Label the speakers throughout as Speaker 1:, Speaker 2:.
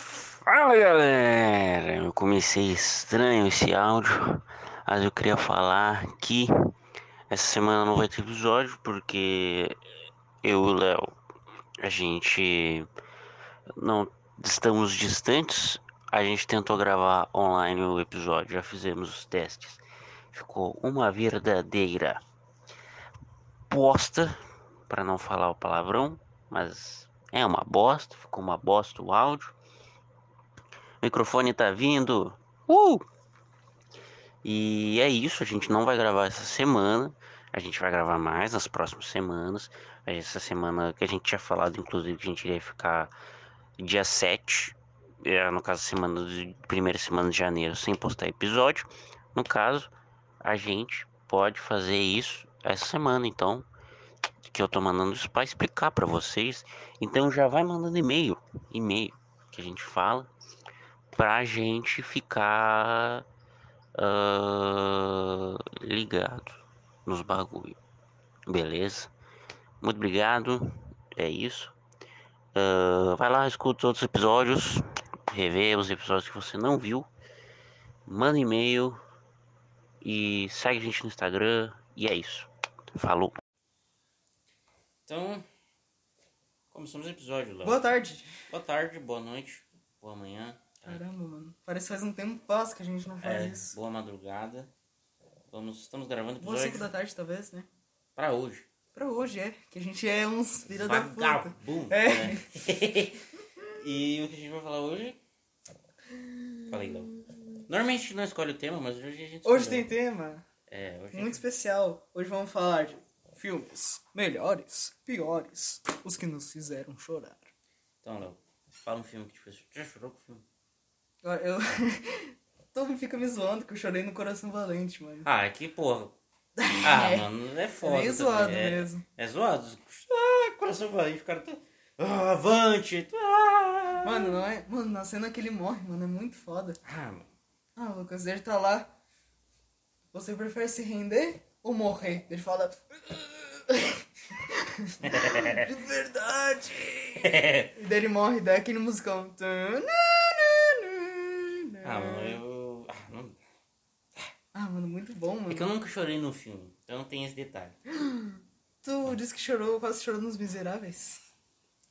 Speaker 1: Fala galera, eu comecei estranho esse áudio, mas eu queria falar que essa semana não vai ter episódio porque eu e o Léo, a gente não estamos distantes, a gente tentou gravar online o episódio, já fizemos os testes, ficou uma verdadeira bosta, para não falar o palavrão, mas é uma bosta, ficou uma bosta o áudio. O microfone tá vindo. Uh! E é isso, a gente não vai gravar essa semana. A gente vai gravar mais nas próximas semanas. Essa semana que a gente tinha falado, inclusive, que a gente iria ficar dia 7. é, No caso, semana de, primeira semana de janeiro, sem postar episódio. No caso, a gente pode fazer isso essa semana, então. Que eu tô mandando isso pra explicar pra vocês. Então já vai mandando e-mail. E-mail que a gente fala pra gente ficar ah, ligado nos bagulho. Beleza? Muito obrigado. É isso. Ah, vai lá, escuta os outros episódios. Revê os episódios que você não viu. Manda e-mail. E segue a gente no Instagram. E é isso. Falou. Então, começamos o episódio,
Speaker 2: Boa tarde.
Speaker 1: Boa tarde, boa noite, boa manhã.
Speaker 2: Caramba, mano. Parece que faz um tempo faz que a gente não faz
Speaker 1: É,
Speaker 2: isso.
Speaker 1: boa madrugada. Vamos, estamos gravando
Speaker 2: Boa
Speaker 1: episódio
Speaker 2: 5 da tarde, talvez, né?
Speaker 1: pra hoje.
Speaker 2: Pra hoje, é. Que a gente é uns filha da puta.
Speaker 1: Vagabundo.
Speaker 2: É.
Speaker 1: né? e o que a gente vai falar hoje? Falei não. Normalmente a gente não escolhe o tema, mas hoje a gente
Speaker 2: Hoje tem
Speaker 1: escolheu.
Speaker 2: tema
Speaker 1: É, hoje
Speaker 2: muito especial. Hoje vamos falar de filmes melhores, piores, os que nos fizeram chorar.
Speaker 1: Então, Léo, fala um filme que te fez. Já chorou com o filme?
Speaker 2: Eu... eu... Todo mundo fica me zoando que eu chorei no Coração Valente, mano.
Speaker 1: Ah, é que porra. Ah, mano, é foda.
Speaker 2: É meio zoado
Speaker 1: também, é-
Speaker 2: mesmo.
Speaker 1: É zoado. Ah, coração valente, o cara tá. Ah, avante! Ah,
Speaker 2: Mano, não é... Mano, na cena que ele morre, mano, é muito foda.
Speaker 1: ah mano.
Speaker 2: Ah, Lucas, ele tá lá. Você prefere se render ou morrer? Ele fala. "Uh, De verdade! E daí ele morre, daí aquele musicão.
Speaker 1: Ah, mano,
Speaker 2: É.
Speaker 1: eu. Ah, não
Speaker 2: Ah, mano, muito bom,
Speaker 1: É que eu
Speaker 2: mano.
Speaker 1: nunca chorei no filme, então não tem esse detalhe.
Speaker 2: Tu disse que chorou, quase chorou nos Miseráveis.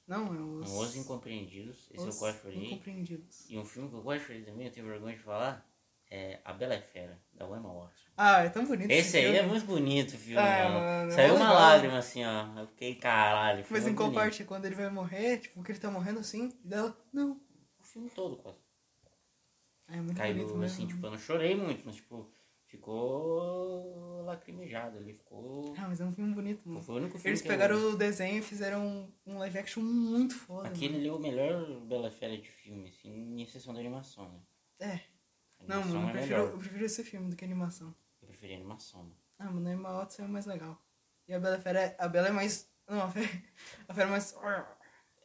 Speaker 2: Não, é os.
Speaker 1: Um Os Incompreendidos, esse é
Speaker 2: os
Speaker 1: eu quase chorei.
Speaker 2: Incompreendidos.
Speaker 1: E um filme que eu quase chorei também, eu tenho vergonha de falar, é A Bela e a Fera, da Emma Watson.
Speaker 2: Ah, é tão bonito.
Speaker 1: Esse aí
Speaker 2: filme.
Speaker 1: é muito bonito o filme,
Speaker 2: Ah,
Speaker 1: mano.
Speaker 2: mano, é
Speaker 1: Saiu
Speaker 2: mó
Speaker 1: uma
Speaker 2: legal.
Speaker 1: lágrima assim, ó. Eu fiquei caralho. o filme
Speaker 2: Mas
Speaker 1: é
Speaker 2: em qual
Speaker 1: bonito.
Speaker 2: parte? Quando ele vai morrer, tipo, que ele tá morrendo assim, e dela, não.
Speaker 1: O filme todo quase.
Speaker 2: É muito bonito
Speaker 1: Caiu
Speaker 2: mesmo.
Speaker 1: assim, tipo, eu não chorei muito, mas tipo, ficou lacrimejado ali, ficou.
Speaker 2: Ah, mas é um filme bonito, mano.
Speaker 1: Foi o único filme
Speaker 2: Eles
Speaker 1: que
Speaker 2: pegaram
Speaker 1: eu...
Speaker 2: o desenho e fizeram um- um live action muito foda.
Speaker 1: Aquele
Speaker 2: mano.
Speaker 1: ali é o melhor Bela e Fera de filme, assim, em exceção da animação, né?
Speaker 2: É.
Speaker 1: A
Speaker 2: Não,
Speaker 1: animação
Speaker 2: mano,
Speaker 1: é
Speaker 2: eu prefiro,
Speaker 1: melhor.
Speaker 2: eu prefiro esse filme do que a animação.
Speaker 1: Eu preferi a animação. Né?
Speaker 2: Ah, mano, a animação é mais legal. E a Bela Fera é, a Bela é mais. Não, a Fera, a Fera é mais.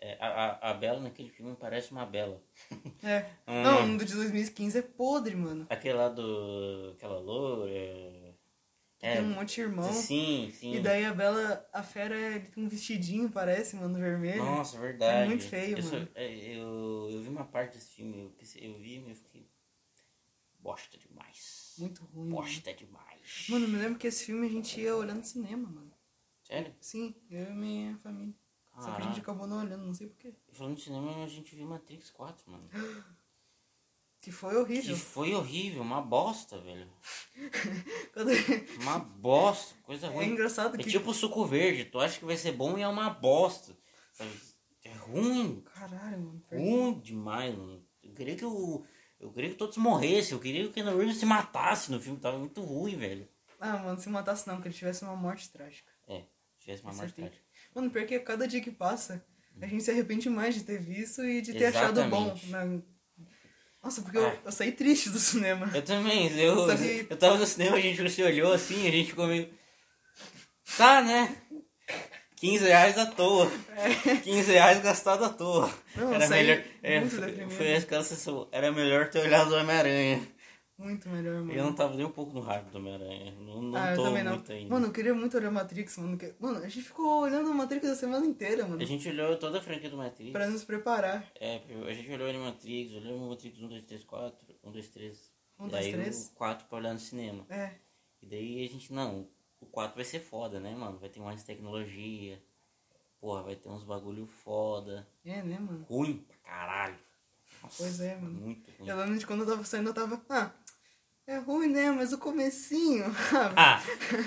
Speaker 1: É, a, a, a Bela naquele filme parece uma Bela.
Speaker 2: É.
Speaker 1: Hum.
Speaker 2: Não, um do de 2015 é podre, mano.
Speaker 1: Aquela lá do. aquela loura. É.
Speaker 2: Tem um monte de irmão.
Speaker 1: Sim, sim.
Speaker 2: E daí a Bela, a Fera, ele tem um vestidinho, parece, mano, vermelho.
Speaker 1: Nossa, verdade.
Speaker 2: É muito feio,
Speaker 1: eu só-
Speaker 2: mano.
Speaker 1: é, eu, eu vi uma parte desse filme, eu, pensei- eu vi e eu fiquei. Bosta demais.
Speaker 2: Muito ruim. Mano.
Speaker 1: Bosta demais.
Speaker 2: mano, eu me lembro que esse filme a gente ia olhando no cinema, mano.
Speaker 1: Sério?
Speaker 2: Sim, eu e minha família. Só que a gente
Speaker 1: Caraca.
Speaker 2: acabou não olhando, não sei porquê.
Speaker 1: Falando de cinema, a gente viu Matrix 4, mano.
Speaker 2: Que foi
Speaker 1: Que
Speaker 2: horrível.
Speaker 1: foi horrível, uma bosta, velho.
Speaker 2: Quando-
Speaker 1: Uma bosta, coisa
Speaker 2: É
Speaker 1: ruim.
Speaker 2: engraçado
Speaker 1: É
Speaker 2: que.
Speaker 1: tipo suco verde, tu acha que vai ser bom e é uma bosta. sabe? É ruim,
Speaker 2: Caralho, mano.
Speaker 1: ruim demais, mano. Eu queria que o. Eu queria que todos morressem, eu queria que o Keanu Reeves se matasse no filme, tava muito ruim, velho.
Speaker 2: Ah, mano, se matasse não, que ele tivesse uma morte trágica.
Speaker 1: É, se tivesse uma
Speaker 2: Com
Speaker 1: morte
Speaker 2: certeza.
Speaker 1: trágica.
Speaker 2: Mano, porque cada dia que passa, a gente se arrepende mais de ter visto e de ter achado bom.
Speaker 1: Exatamente.
Speaker 2: na- Nossa, porque
Speaker 1: Ah.
Speaker 2: eu, eu saí triste do cinema.
Speaker 1: Eu também, eu,
Speaker 2: Só que-
Speaker 1: eu tava no cinema, a gente se olhou assim, a gente ficou meio. Tá, né? 15 reais à toa. 15 reais gastado à toa.
Speaker 2: É. Não, eu
Speaker 1: era
Speaker 2: saí
Speaker 1: melhor. é,
Speaker 2: muito
Speaker 1: foi,
Speaker 2: deprimido.
Speaker 1: foi aquela sessão. Era melhor ter olhado o Homem-Aranha.
Speaker 2: Muito melhor, mano.
Speaker 1: Eu não tava nem um pouco no hype do Homem-Aranha. Não, não
Speaker 2: ah, eu
Speaker 1: tô
Speaker 2: também não.
Speaker 1: muito ainda.
Speaker 2: Mano, eu queria muito olhar Matrix, mano. que- Mano, a gente ficou olhando a Matrix a semana inteira, mano.
Speaker 1: A gente olhou toda a franquia do Matrix.
Speaker 2: Pra nos preparar.
Speaker 1: É, a gente olhou Animatrix, olhou Matrix 1, 2, 3, 4, 1, 2, 3.
Speaker 2: Um, dois,
Speaker 1: daí
Speaker 2: três.
Speaker 1: o 4 pra olhar no cinema.
Speaker 2: É.
Speaker 1: E daí a gente, não, o 4 vai ser foda, né, mano? Vai ter mais tecnologia. Porra, vai ter uns bagulho foda.
Speaker 2: É, né, mano?
Speaker 1: Ruim pra caralho. Nossa,
Speaker 2: Pois é, mano.
Speaker 1: Muito ruim.
Speaker 2: Eu lembro de quando eu tava saindo, eu tava. Ah, é ruim, né? Mas o comecinho. Ah,
Speaker 1: Ah,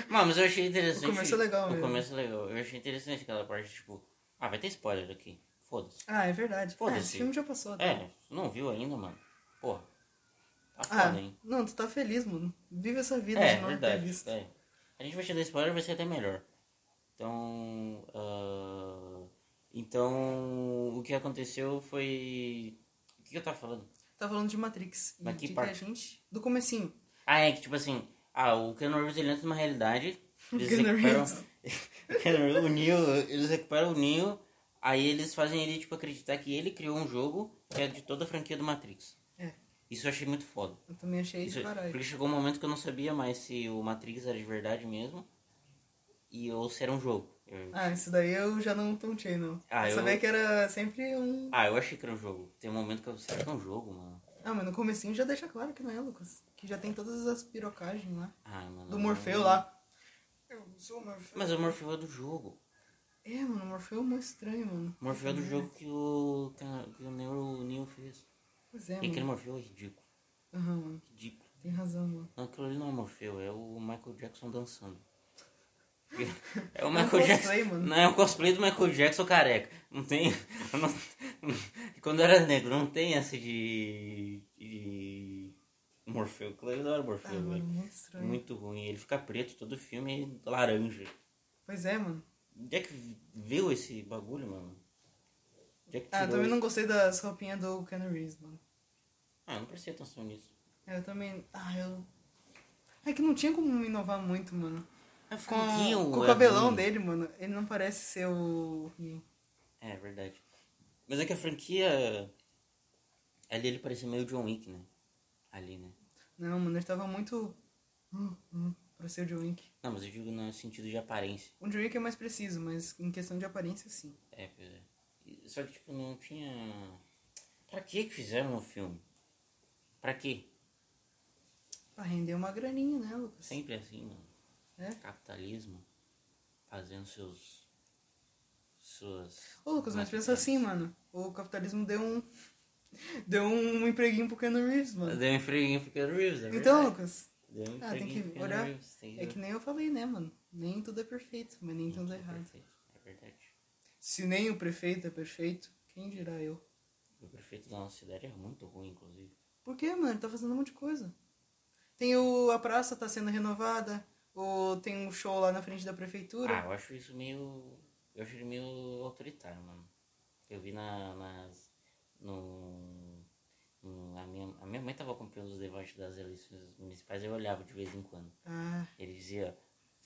Speaker 1: mano, mas eu achei interessante.
Speaker 2: O começo é legal
Speaker 1: O
Speaker 2: mesmo.
Speaker 1: começo é legal. Eu achei interessante aquela parte, tipo, ah, vai ter spoiler aqui. Foda-se.
Speaker 2: ah, é verdade. Ah,
Speaker 1: Foda-se.
Speaker 2: esse filme já passou. tá?
Speaker 1: É, tu não viu ainda, mano? Porra. Tá
Speaker 2: Ah,
Speaker 1: foda, hein?
Speaker 2: não, tu tá feliz, mano. Vive essa vida
Speaker 1: É,
Speaker 2: de não ter
Speaker 1: verdade.
Speaker 2: visto.
Speaker 1: é. A gente vai te dar spoiler, vai ser até melhor. Então. ah, então. O que aconteceu foi. O que eu tava falando?
Speaker 2: Tá falando de Matrix.
Speaker 1: Mas
Speaker 2: e
Speaker 1: que
Speaker 2: de
Speaker 1: parte?
Speaker 2: que a gente. Do comecinho.
Speaker 1: Ah, é que tipo assim. Ah, o Keanu Reeves ele entra numa realidade. Eles
Speaker 2: Keanu
Speaker 1: recuperam.
Speaker 2: Reeves.
Speaker 1: o Keanu Reeves, o Neo, eles recuperam o Neo. Aí eles fazem ele, tipo, acreditar que ele criou um jogo que é de toda a franquia do Matrix.
Speaker 2: É.
Speaker 1: Isso eu achei muito foda.
Speaker 2: Eu também achei
Speaker 1: Isso-
Speaker 2: isso, caralho.
Speaker 1: porque chegou um momento que eu não sabia mais se o Matrix era de verdade mesmo e ou se era um jogo. Eu-
Speaker 2: Ah, isso daí eu já não tontei, não.
Speaker 1: Ah, eu-
Speaker 2: eu sabia que era sempre um.
Speaker 1: Ah, eu achei que era um jogo. Tem um momento que eu será que é um jogo, mano.
Speaker 2: Ah, mas no comecinho já deixa claro que não é, Lucas. Que já tem todas as pirocagens lá.
Speaker 1: Ah, mano.
Speaker 2: Do
Speaker 1: eu-
Speaker 2: Morfeu lá. Eu sou o Morfeu.
Speaker 1: Mas o Morfeu é do jogo.
Speaker 2: É, mano, o Morfeu é muito estranho, mano.
Speaker 1: O Morfeu é do jogo que o que o Neo, Neo fez.
Speaker 2: Pois
Speaker 1: E
Speaker 2: é,
Speaker 1: aquele
Speaker 2: mano.
Speaker 1: Morfeu é ridículo.
Speaker 2: Aham, mano.
Speaker 1: Ridículo.
Speaker 2: Tem razão, mano.
Speaker 1: Não, aquilo ali não é Morfeu, é o Michael Jackson dançando. É o
Speaker 2: um
Speaker 1: Michael
Speaker 2: cosplay,
Speaker 1: Jackson.
Speaker 2: mano.
Speaker 1: Não, é um cosplay do Michael Jackson careca. Não tem. eu não- quando eu era negro, não tem essa de. de. Morfeu. Aquilo ali não era
Speaker 2: Ah,
Speaker 1: Morfeu,
Speaker 2: mano,
Speaker 1: velho.
Speaker 2: muito estranho.
Speaker 1: Muito ruim. Ele fica preto todo filme é laranja.
Speaker 2: Pois é, mano.
Speaker 1: Onde é que viu esse bagulho, mano? Onde é que
Speaker 2: Ah, eu
Speaker 1: tirou
Speaker 2: também
Speaker 1: isso?
Speaker 2: não gostei das roupinhas do Ken Reeves, mano.
Speaker 1: Ah, eu não prestei atenção nisso.
Speaker 2: Eu também. Ah, eu. É que não tinha como inovar muito, mano.
Speaker 1: Ah,
Speaker 2: Com,
Speaker 1: ficou Rio,
Speaker 2: com o
Speaker 1: é
Speaker 2: cabelão
Speaker 1: ruim.
Speaker 2: dele, mano, ele não parece ser o. Rio.
Speaker 1: É, verdade. Mas é que a franquia. Ali ele parecia meio John Wick, né? Ali, né?
Speaker 2: Não, mano, ele tava muito. Hum, hum, pra ser o John Wick.
Speaker 1: Não, mas eu digo no sentido de aparência.
Speaker 2: O John Wick é mais preciso, mas em questão de aparência, sim.
Speaker 1: É, pois é. E- Só que, tipo, não tinha. Pra que que fizeram o filme? Pra quê?
Speaker 2: Pra render uma graninha, né, Lucas?
Speaker 1: Sempre assim, mano.
Speaker 2: É.
Speaker 1: Capitalismo. Fazendo seus. Suas.
Speaker 2: Ô, Lucas, mas pensa
Speaker 1: maquetes.
Speaker 2: assim, mano. O capitalismo deu um. Deu um empreguinho pro Keanu Reeves, mano.
Speaker 1: Deu um empreguinho pro Keanu Reeves, é
Speaker 2: Então,
Speaker 1: verdade.
Speaker 2: Lucas,
Speaker 1: Deu um
Speaker 2: ah, tem
Speaker 1: empreguinho
Speaker 2: que
Speaker 1: pro Keanu
Speaker 2: olhar.
Speaker 1: Reeves, tem que
Speaker 2: é
Speaker 1: ver.
Speaker 2: que nem eu falei, né, mano? Nem tudo é perfeito, mas nem tudo é
Speaker 1: É
Speaker 2: errado.
Speaker 1: perfeito, É verdade.
Speaker 2: Se nem o prefeito é perfeito, quem dirá eu?
Speaker 1: O prefeito da nossa cidade é muito ruim, inclusive.
Speaker 2: Por quê, mano? Ele tá fazendo um monte de coisa. Tem o. A praça tá sendo renovada. O, tem um show lá na frente da prefeitura.
Speaker 1: Ah, eu acho isso meio. Eu acho ele meio autoritário, mano. Eu vi na, nas. No. no- a, minha, a minha mãe tava acompanhando os debates das eleições municipais eu olhava de vez em quando.
Speaker 2: Ah,
Speaker 1: Ele dizia,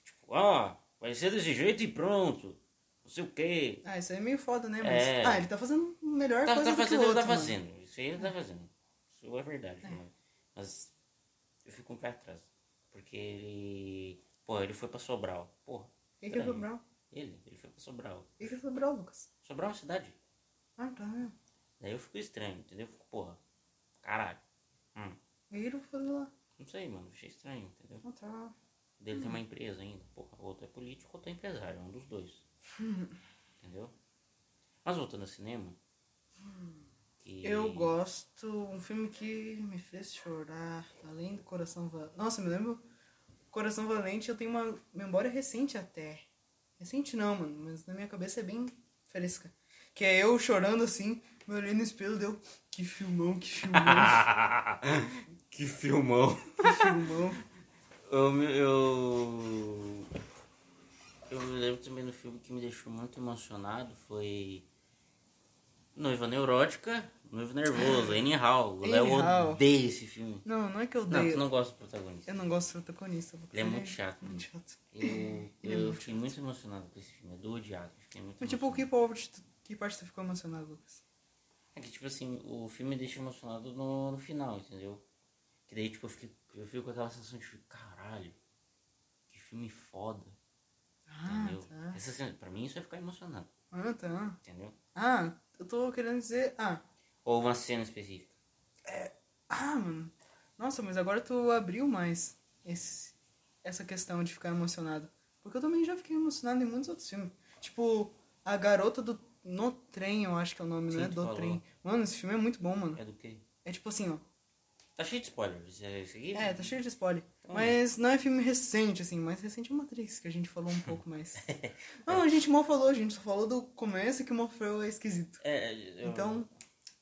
Speaker 1: tipo, ó, vai ser desse jeito e pronto. Não sei o quê.
Speaker 2: ah, isso aí é meio foda, né? Mas.
Speaker 1: É.
Speaker 2: Ah, ele tá fazendo melhor
Speaker 1: Tá, tá
Speaker 2: coisa do
Speaker 1: fazendo,
Speaker 2: que o
Speaker 1: ele
Speaker 2: outro,
Speaker 1: tá
Speaker 2: mano.
Speaker 1: fazendo. Isso aí ele tá fazendo. Isso é verdade, mano. Mas eu fico um pé atrás. Porque ele. Pô, ele foi pra Sobral. Porra.
Speaker 2: Quem que é
Speaker 1: Peraí.
Speaker 2: Sobral?
Speaker 1: Ele, ele foi pra Sobral.
Speaker 2: Quem que é Sobral, Lucas?
Speaker 1: Sobral é uma cidade.
Speaker 2: Ah, tá. é.
Speaker 1: Daí eu fico estranho, entendeu? Eu fico, porra, caralho. Hum,
Speaker 2: E aí ele vai fazer lá.
Speaker 1: não sei, mano, achei estranho, entendeu?
Speaker 2: Ah, tá.
Speaker 1: Dele tem uma empresa ainda, porra, outro é político, outro é empresário, é um dos dois. entendeu? Mas voltando ao cinema. que-
Speaker 2: Eu gosto. Um filme que me fez chorar. Além do Coração Valente. Nossa, me lembro. Coração Valente, eu tenho uma memória recente até. Recente não, mano, mas na minha cabeça é bem fresca. Que é eu chorando assim, me olhei no espelho, deu. Que filmão, que filmão,
Speaker 1: que filmão!
Speaker 2: que filmão.
Speaker 1: Eu, me- eu. Eu me lembro também do filme que me deixou muito emocionado foi. Noiva Neurótica, Noivo Nervoso, Anyhow. O Léo
Speaker 2: Anyhow.
Speaker 1: odeia esse filme.
Speaker 2: Não, não é que eu
Speaker 1: Não,
Speaker 2: odeio.
Speaker 1: tu não gosta do protagonista.
Speaker 2: Eu não gosto do protagonista. Lucas.
Speaker 1: Ele é muito chato,
Speaker 2: Muito
Speaker 1: mano.
Speaker 2: chato.
Speaker 1: Eu,
Speaker 2: Ele é
Speaker 1: eu
Speaker 2: muito
Speaker 1: fiquei muito emocionado com esse filme, eu do odiado. Fiquei muito
Speaker 2: Mas, tipo,
Speaker 1: emocionado.
Speaker 2: que parte, tu- que parte tu ficou emocionado, Lucas?
Speaker 1: É que, tipo assim, o filme deixa emocionado no, no final, entendeu? Que daí, tipo, eu fiquei, Eu fico com aquela sensação de tipo, caralho, que filme foda.
Speaker 2: Ah,
Speaker 1: Entendeu?
Speaker 2: tá.
Speaker 1: Essa, sen- pra mim isso é ficar emocionado,
Speaker 2: Ah, tá.
Speaker 1: entendeu?
Speaker 2: Ah, eu tô querendo dizer. Ah.
Speaker 1: Ou uma cena específica.
Speaker 2: Ah, mano. Nossa, mas agora tu abriu mais esse, essa questão de ficar emocionado. Porque eu também já fiquei emocionado em muitos outros filmes. Tipo, A Garota do No Trem, eu acho que é o nome,
Speaker 1: Sim,
Speaker 2: não é?
Speaker 1: tu
Speaker 2: Do
Speaker 1: falou.
Speaker 2: Trem. Mano, esse filme é muito bom, mano.
Speaker 1: É do quê?
Speaker 2: É tipo assim, ó.
Speaker 1: Tá cheio de spoilers. É isso aqui?
Speaker 2: É, tá cheio de spoiler.
Speaker 1: Então-
Speaker 2: Mas não é filme recente, assim. Mais recente é Matrix, que a gente falou um pouco mais.
Speaker 1: É.
Speaker 2: Não, a gente mal falou, a gente só falou do começo que o mal foi esquisito.
Speaker 1: É, eu-
Speaker 2: Então,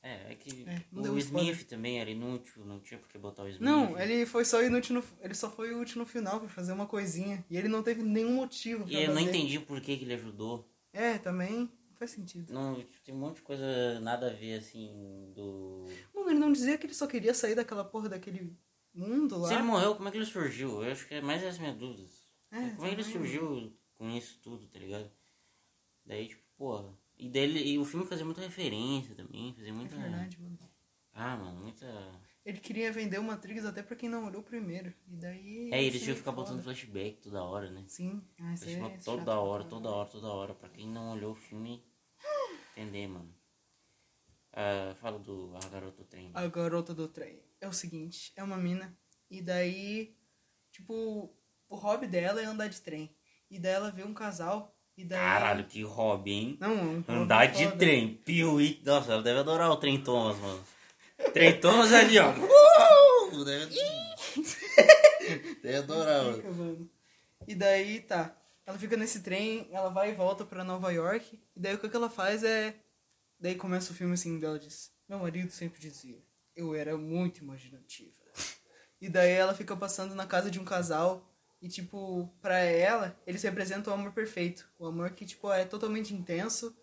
Speaker 1: É, é que
Speaker 2: É, não deu
Speaker 1: o
Speaker 2: spoiler.
Speaker 1: Smith também era inútil, não tinha por que botar o Smith.
Speaker 2: não, ele foi só inútil no, ele só foi útil no final pra fazer uma coisinha. E ele não teve nenhum motivo pra
Speaker 1: E eu não
Speaker 2: fazer.
Speaker 1: entendi por que, que ele ajudou.
Speaker 2: É, também não faz sentido.
Speaker 1: Não, tipo, tem um monte de coisa nada a ver, assim, do...
Speaker 2: Mano, ele não dizia que ele só queria sair daquela porra daquele mundo lá.
Speaker 1: Se ele morreu, como é que ele surgiu? Eu acho que é mais essa minha dúvida.
Speaker 2: É,
Speaker 1: como é que ele
Speaker 2: também.
Speaker 1: surgiu com isso tudo, tá ligado? Daí, tipo, porra... E, dele, e o filme fazia muita referência também, fazia
Speaker 2: É
Speaker 1: muita...
Speaker 2: verdade, mano.
Speaker 1: Ah, mano, muita...
Speaker 2: Ele queria vender o Matrix até pra quem não olhou primeiro. E daí.
Speaker 1: É,
Speaker 2: isso
Speaker 1: eles
Speaker 2: aí
Speaker 1: tinham que ficar
Speaker 2: foda.
Speaker 1: botando flashback toda hora, né?
Speaker 2: Sim, ah, isso
Speaker 1: Flashback
Speaker 2: é chato
Speaker 1: toda
Speaker 2: pra
Speaker 1: hora,
Speaker 2: caralho.
Speaker 1: toda hora, toda hora. Pra quem não olhou o filme, entender, mano. Ah, fala do A Garota do Trem.
Speaker 2: A garota do trem. É o seguinte, é uma mina. E daí, tipo, o hobby dela é andar de trem. E daí ela vê um casal. E daí.
Speaker 1: Caralho, que hobby, hein?
Speaker 2: Não, é um hobby
Speaker 1: Andar de
Speaker 2: foda.
Speaker 1: trem, piuí. Nossa, ela deve adorar o Trem Thomas, mano. Trem Thomas é ali, ó. Uh! Deve... deve adorar, mano.
Speaker 2: Fica, mano. E daí, tá. Ela fica nesse trem, ela vai e volta pra Nova York. E daí o que que ela faz é. Daí começa o filme assim, dela diz: Meu marido sempre dizia, eu era muito imaginativa. E daí ela fica passando na casa de um casal. E, tipo, pra ela, eles representam o amor perfeito. O amor que, tipo, é totalmente intenso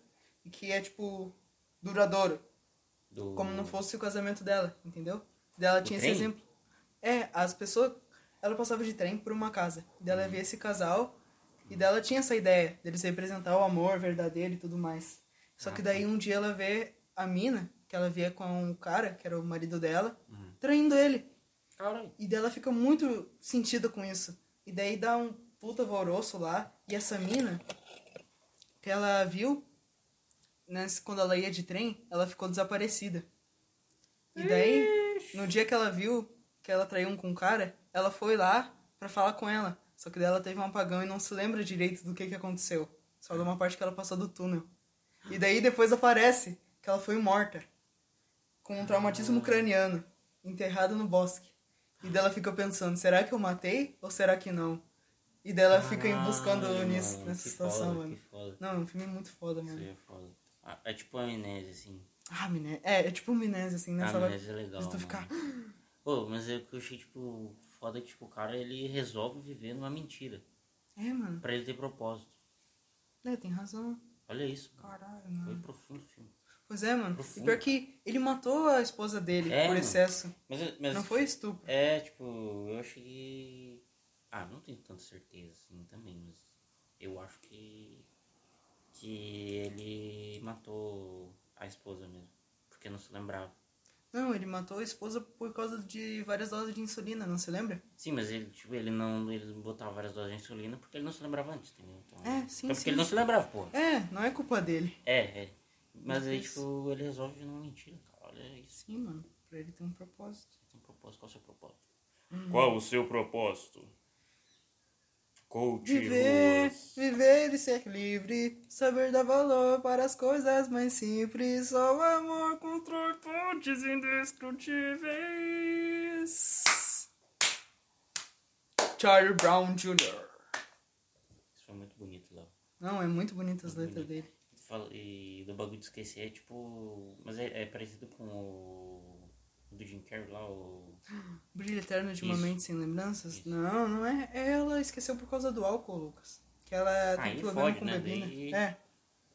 Speaker 2: e que é, tipo, duradouro.
Speaker 1: Do...
Speaker 2: Como não fosse o casamento dela, entendeu? Dela tinha esse
Speaker 1: trem?
Speaker 2: exemplo. É, as pessoas. Ela passava de trem por uma casa. E dela via esse casal. E dela tinha essa ideia deles representar o amor verdadeiro e tudo mais. Só que daí um dia ela vê a mina, que ela via com o cara, que era o marido dela, traindo ele.
Speaker 1: Caralho.
Speaker 2: E daí ela fica muito sentida com isso. E daí dá um puta alvoroço lá. E essa mina, que ela viu, né, quando ela ia de trem, ela ficou desaparecida. E daí, no dia que ela viu que ela traiu um com um cara, ela foi lá pra falar com ela. Só que daí ela teve um apagão e não se lembra direito do que, que aconteceu. Só de uma parte que ela passou do túnel. E daí depois aparece que ela foi morta. Com um
Speaker 1: Ah.
Speaker 2: traumatismo craniano. Enterrada no bosque. E dela fica pensando, será que eu matei ou será que não? E dela fica buscando
Speaker 1: Caralho,
Speaker 2: nisso,
Speaker 1: mano,
Speaker 2: nessa
Speaker 1: que
Speaker 2: situação,
Speaker 1: foda,
Speaker 2: mano.
Speaker 1: Que foda.
Speaker 2: Não, é um filme muito foda,
Speaker 1: Isso aí
Speaker 2: mano.
Speaker 1: é foda. Ah, É tipo a amnésia, assim.
Speaker 2: Ah, amnésia. É, é tipo amnésia, assim, né?
Speaker 1: Ah,
Speaker 2: Só vai-
Speaker 1: mas é legal.
Speaker 2: de tu
Speaker 1: mano.
Speaker 2: ficar-
Speaker 1: Pô, mas é o que eu achei, tipo, foda que, tipo, o cara ele resolve viver numa mentira.
Speaker 2: É, mano.
Speaker 1: Pra ele ter propósito.
Speaker 2: É, tem razão.
Speaker 1: Olha isso. cara.
Speaker 2: Caralho,
Speaker 1: Foi
Speaker 2: mano.
Speaker 1: profundo o filme.
Speaker 2: Pois é, mano. E
Speaker 1: Profundo.
Speaker 2: pior que ele matou a esposa dele
Speaker 1: É,
Speaker 2: por
Speaker 1: mano.
Speaker 2: excesso.
Speaker 1: Mas, mas
Speaker 2: Não foi estupro.
Speaker 1: É, tipo, eu achei que. Ah, não tenho tanta certeza assim também, mas eu acho que. Que ele matou a esposa mesmo. Porque não se lembrava.
Speaker 2: Não, ele matou a esposa por causa de várias doses de insulina, não se lembra?
Speaker 1: Sim, mas ele, tipo, ele não. Ele botava várias doses de insulina porque ele não se lembrava antes, entendeu? Então, então
Speaker 2: É, sim, sim.
Speaker 1: porque ele não se lembrava, porra.
Speaker 2: É, não é culpa dele.
Speaker 1: É, é. Mas aí,
Speaker 2: Difícil.
Speaker 1: tipo, ele resolve não mentir, cara. Olha isso.
Speaker 2: Sim, mano. Pra ele ter um propósito.
Speaker 1: Tem propósito. Qual o seu propósito?
Speaker 2: Uhum.
Speaker 1: Qual o seu propósito? Coach
Speaker 2: Viver,
Speaker 1: Ruas.
Speaker 2: viver e ser livre, saber dar valor para as coisas mais simples, só o amor constrói pontes indestrutíveis. Charlie Brown Jr.
Speaker 1: Isso foi muito bonito, Léo.
Speaker 2: Não, é muito bonita as
Speaker 1: Muito
Speaker 2: letras
Speaker 1: bonito.
Speaker 2: dele.
Speaker 1: Fala- E do bagulho de esquecer é tipo. Mas é, é parecido com o. Do Jim Carrey lá, o.
Speaker 2: Brilho eterno de uma
Speaker 1: Isso.
Speaker 2: mente sem lembranças?
Speaker 1: Isso.
Speaker 2: Não, não é. Ela esqueceu por causa do álcool, Lucas. Que ela tem
Speaker 1: Aí
Speaker 2: problema
Speaker 1: fode,
Speaker 2: com
Speaker 1: né?
Speaker 2: bebida.
Speaker 1: Daí-
Speaker 2: É.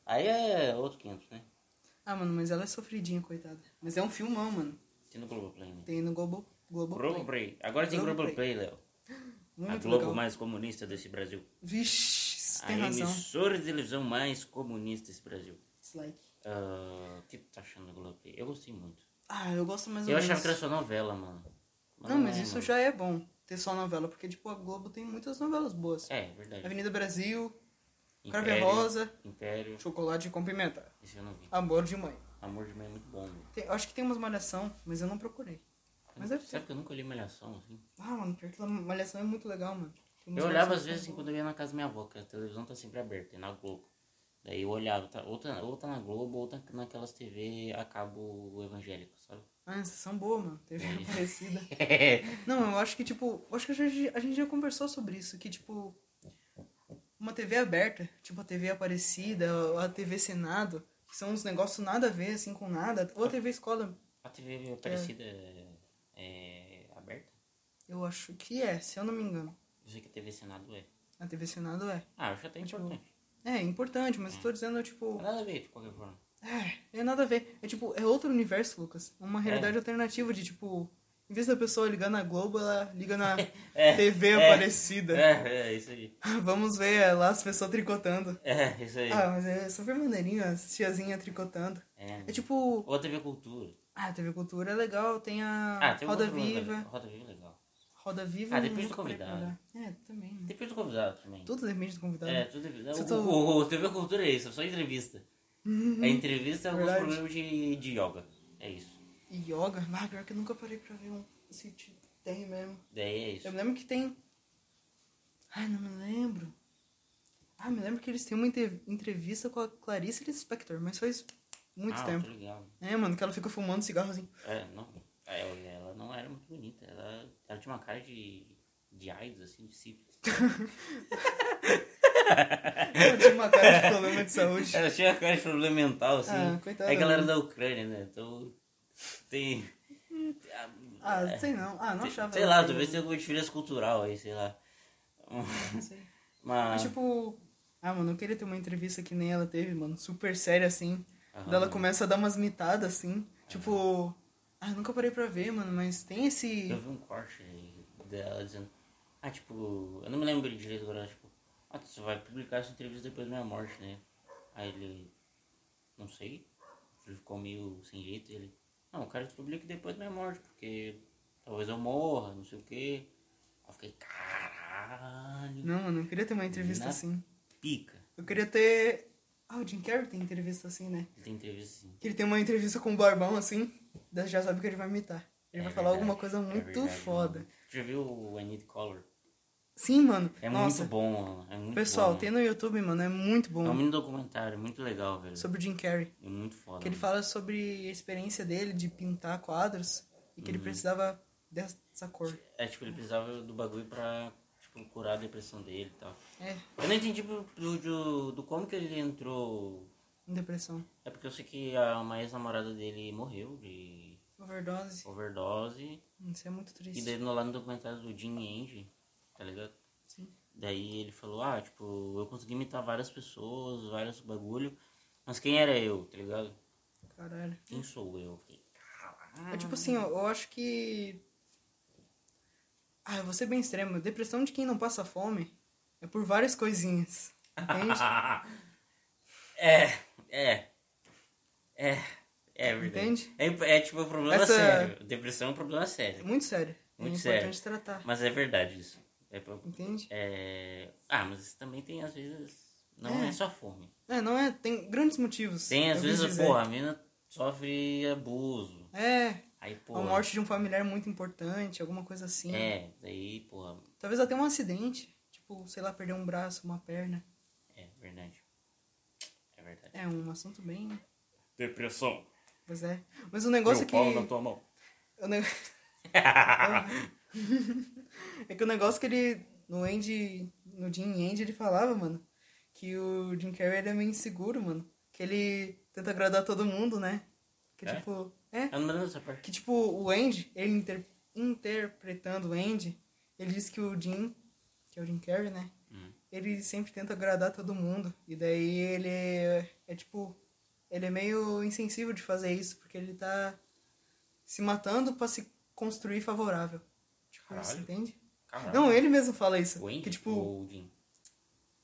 Speaker 1: Aí é outro 500, né?
Speaker 2: Ah, mano, mas ela é sofridinha, coitada. Mas é um filmão, mano.
Speaker 1: Tem no Globoplay, né?
Speaker 2: Tem no Globo. Globo.
Speaker 1: Globoplay. Agora tem Globoplay,
Speaker 2: Globoplay.
Speaker 1: Léo. A
Speaker 2: Muito
Speaker 1: Globo
Speaker 2: legal.
Speaker 1: mais comunista desse Brasil.
Speaker 2: Vixe, isso tem
Speaker 1: a
Speaker 2: razão.
Speaker 1: emissora de televisão mais comunista desse Brasil.
Speaker 2: Dislike.
Speaker 1: Ah, O que tu tá achando do Globoplay? Eu gostei muito.
Speaker 2: Ah, eu gosto mais ou
Speaker 1: Eu
Speaker 2: menos.
Speaker 1: achava que era só novela, mano.
Speaker 2: Não, mas isso já é bom, ter só novela, porque, tipo, a Globo tem muitas novelas boas.
Speaker 1: É, verdade.
Speaker 2: Avenida Brasil, Crave
Speaker 1: Império,
Speaker 2: Rosa,
Speaker 1: Império.
Speaker 2: Chocolate com Pimenta,
Speaker 1: Isso eu não vi.
Speaker 2: Amor de Mãe.
Speaker 1: Amor de mãe é muito bom, velho.
Speaker 2: Tem- acho que tem umas Malhação, mas eu não procurei. Mas deve ser.
Speaker 1: Sabe que eu nunca olhei Malhação, assim?
Speaker 2: Ah, mano, pior que Malhação é muito legal, mano. Tem umas
Speaker 1: Eu olhava
Speaker 2: Malhação
Speaker 1: às vezes
Speaker 2: que
Speaker 1: assim,
Speaker 2: são
Speaker 1: quando eu ia na casa da minha avó, que a televisão tá sempre aberta, e na Globo. Daí eu olhava, tá, ou, tá, ou tá na Globo, ou tá naquelas TV a cabo evangélico, sabe?
Speaker 2: Ah, essas são boas, mano. Teve uma parecida.
Speaker 1: é,
Speaker 2: Não, eu acho que, tipo, eu acho que a gente, a gente já conversou sobre isso, que, tipo, uma TV aberta, tipo a TV Aparecida, ou a TV Senado, que são uns negócios nada a ver, assim, com nada, ou a TV Escola,
Speaker 1: a TV parecida é, aberta?
Speaker 2: eu acho que é, se eu não me engano.
Speaker 1: Eu sei que a TV Senado é.
Speaker 2: A TV Senado é.
Speaker 1: Ah, eu já tá importante.
Speaker 2: É, é importante, mas eu tô dizendo, tipo,
Speaker 1: Nada a ver, de qualquer forma.
Speaker 2: é, é nada a ver. É, tipo, é outro universo, Lucas.
Speaker 1: É.
Speaker 2: Uma realidade alternativa de, tipo, em vez da pessoa ligar na Globo, ela liga na
Speaker 1: É,
Speaker 2: TV
Speaker 1: é,
Speaker 2: Aparecida.
Speaker 1: É, é isso aí.
Speaker 2: Vamos ver é lá as pessoas tricotando.
Speaker 1: É, isso aí.
Speaker 2: Ah, mas é super maneirinho, as tiazinha tricotando. É
Speaker 1: É.
Speaker 2: tipo,
Speaker 1: Ou a TV Cultura.
Speaker 2: ah, a TV Cultura é legal, tem a
Speaker 1: Ah, tem um
Speaker 2: Roda
Speaker 1: outro lugar.
Speaker 2: Viva.
Speaker 1: Roda Viva é legal.
Speaker 2: Roda Viva.
Speaker 1: Ah,
Speaker 2: eu
Speaker 1: depende do
Speaker 2: nunca parei pra
Speaker 1: convidado.
Speaker 2: olhar. É, também. né?
Speaker 1: Depende do convidado também.
Speaker 2: Tudo né? tá- depende do convidado.
Speaker 1: É, tudo é
Speaker 2: Se
Speaker 1: o,
Speaker 2: tu-
Speaker 1: o, o TV Cultura é isso, é só entrevista. a entrevista é alguns
Speaker 2: Uhum. Verdade.
Speaker 1: programas de, de yoga. É isso.
Speaker 2: E yoga. Ah, pior que eu nunca parei pra ver um. Se te- tem mesmo.
Speaker 1: Daí é isso.
Speaker 2: Eu me lembro que tem. Ai, não me lembro. Ah, me lembro que eles têm uma inter- entrevista com a Clarice Lispector, mas faz muito
Speaker 1: ah,
Speaker 2: tempo.
Speaker 1: Tô ligado.
Speaker 2: É, mano, que ela fica fumando cigarro assim.
Speaker 1: É, não. é, eu- Ela não era muito bonita. Ela, ela tinha uma cara de. de AIDS, assim, de sífilis.
Speaker 2: Ela tinha uma cara de problema de saúde.
Speaker 1: Ela tinha uma cara de problema mental, assim.
Speaker 2: Ah, coitada,
Speaker 1: é que ela era
Speaker 2: né?
Speaker 1: da Ucrânia, né? Então. Tem.
Speaker 2: Ah, sei não. Ah, não
Speaker 1: tem-
Speaker 2: achava.
Speaker 1: sei
Speaker 2: ela
Speaker 1: lá,
Speaker 2: feia.
Speaker 1: talvez tenha alguma diferença cultural aí, sei lá.
Speaker 2: Não sei. Mas,
Speaker 1: Mas.
Speaker 2: tipo, ah, mano, eu queria ter uma entrevista que nem ela teve, mano, super séria assim.
Speaker 1: Aham.
Speaker 2: Daí ela começa a dar umas mitadas assim. Tipo, ah, nunca parei pra ver, mano, mas tem esse.
Speaker 1: Eu vi um corte dela dizendo. Ah, tipo, eu não me lembro direito agora, tipo, ah, tu só vai publicar essa entrevista depois da minha morte, né? Aí ele. Não sei. Ele ficou meio sem jeito, ele. Não, eu quero que tu publique depois da minha morte, porque talvez eu morra, não sei o quê. Aí eu fiquei, caralho.
Speaker 2: Não, mano, eu queria ter uma entrevista
Speaker 1: Na-
Speaker 2: assim.
Speaker 1: Pica.
Speaker 2: Eu queria ter. Ah, o Jim Carrey tem entrevista assim, né?
Speaker 1: Ele tem entrevista assim.
Speaker 2: Que ele tem uma entrevista com o Barbão assim, daí já sabe que ele vai imitar. Ele
Speaker 1: É
Speaker 2: vai falar
Speaker 1: verdade,
Speaker 2: alguma coisa
Speaker 1: é
Speaker 2: muito
Speaker 1: verdade,
Speaker 2: foda.
Speaker 1: mano. Já viu o I Need Color?
Speaker 2: Sim, mano.
Speaker 1: É
Speaker 2: Nossa.
Speaker 1: muito bom, mano. É muito
Speaker 2: Pessoal,
Speaker 1: bom.
Speaker 2: tem no YouTube, mano, é muito
Speaker 1: É um
Speaker 2: bom.
Speaker 1: mini documentário, muito legal, velho.
Speaker 2: Sobre o Jim Carrey.
Speaker 1: É muito foda.
Speaker 2: Que ele
Speaker 1: mano.
Speaker 2: fala sobre a experiência dele de pintar quadros e
Speaker 1: Uhum.
Speaker 2: que ele precisava dessa cor.
Speaker 1: É, tipo, ele precisava do bagulho pra, tipo, curar a depressão dele e tal.
Speaker 2: É,
Speaker 1: Eu não entendi do, do, do, do como que ele entrou...
Speaker 2: depressão.
Speaker 1: É porque eu sei que a uma ex-namorada dele morreu de
Speaker 2: Overdose.
Speaker 1: overdose.
Speaker 2: Isso é muito triste.
Speaker 1: E daí no- lá no documentário do Jim Angie, tá ligado?
Speaker 2: Sim.
Speaker 1: Daí ele falou, ah, tipo, eu consegui imitar várias pessoas, vários bagulho, mas quem era eu, tá ligado?
Speaker 2: Caralho.
Speaker 1: Quem sou eu? Eu fiquei,
Speaker 2: É
Speaker 1: Ah.
Speaker 2: tipo assim, eu, eu acho que. Ah, eu vou ser bem extremo. Depressão de quem não passa fome é por várias coisinhas. Entende?
Speaker 1: é, é, é, é verdade.
Speaker 2: Entende?
Speaker 1: É, é tipo um problema
Speaker 2: Essa-
Speaker 1: sério. Depressão é um problema
Speaker 2: É
Speaker 1: sério.
Speaker 2: muito sério.
Speaker 1: Muito
Speaker 2: é
Speaker 1: sério.
Speaker 2: importante tratar.
Speaker 1: Mas é verdade isso. É, pro-
Speaker 2: Entende?
Speaker 1: é- Ah, mas também tem às vezes. Não
Speaker 2: É.
Speaker 1: é, só fome.
Speaker 2: É, não é. Tem grandes motivos.
Speaker 1: Tem às
Speaker 2: eu quis
Speaker 1: vezes,
Speaker 2: dizer.
Speaker 1: porra, a menina sofre abuso.
Speaker 2: É.
Speaker 1: Aí, porra.
Speaker 2: A morte de um familiar muito importante, alguma coisa assim.
Speaker 1: É, daí, porra.
Speaker 2: Talvez até um acidente. Tipo, sei lá, perder um braço, uma perna.
Speaker 1: É verdade. É verdade.
Speaker 2: É um assunto bem.
Speaker 1: Depressão.
Speaker 2: Pois é. Mas o negócio é que.
Speaker 1: tua mão.
Speaker 2: o ne- é que o negócio que ele. No Andy. No Jim Andy ele falava, mano. Que o Jim Carrey ele é meio inseguro, mano. Que ele tenta agradar todo mundo, né? Que
Speaker 1: É?
Speaker 2: tipo. É.
Speaker 1: Eu não lembro dessa parte.
Speaker 2: Que tipo, o Andy, ele inter- interpretando o Andy, ele disse que o Jim, que é o Jim Carrey, né?
Speaker 1: Hum.
Speaker 2: Ele sempre tenta agradar todo mundo. E daí ele é, é tipo. Ele é meio insensível de fazer isso, porque ele tá se matando pra se construir favorável. Tipo, isso,
Speaker 1: Caralho.
Speaker 2: entende?
Speaker 1: Caralho.
Speaker 2: Não, ele mesmo fala isso.
Speaker 1: O Andy,
Speaker 2: que tipo,
Speaker 1: ou o Jim?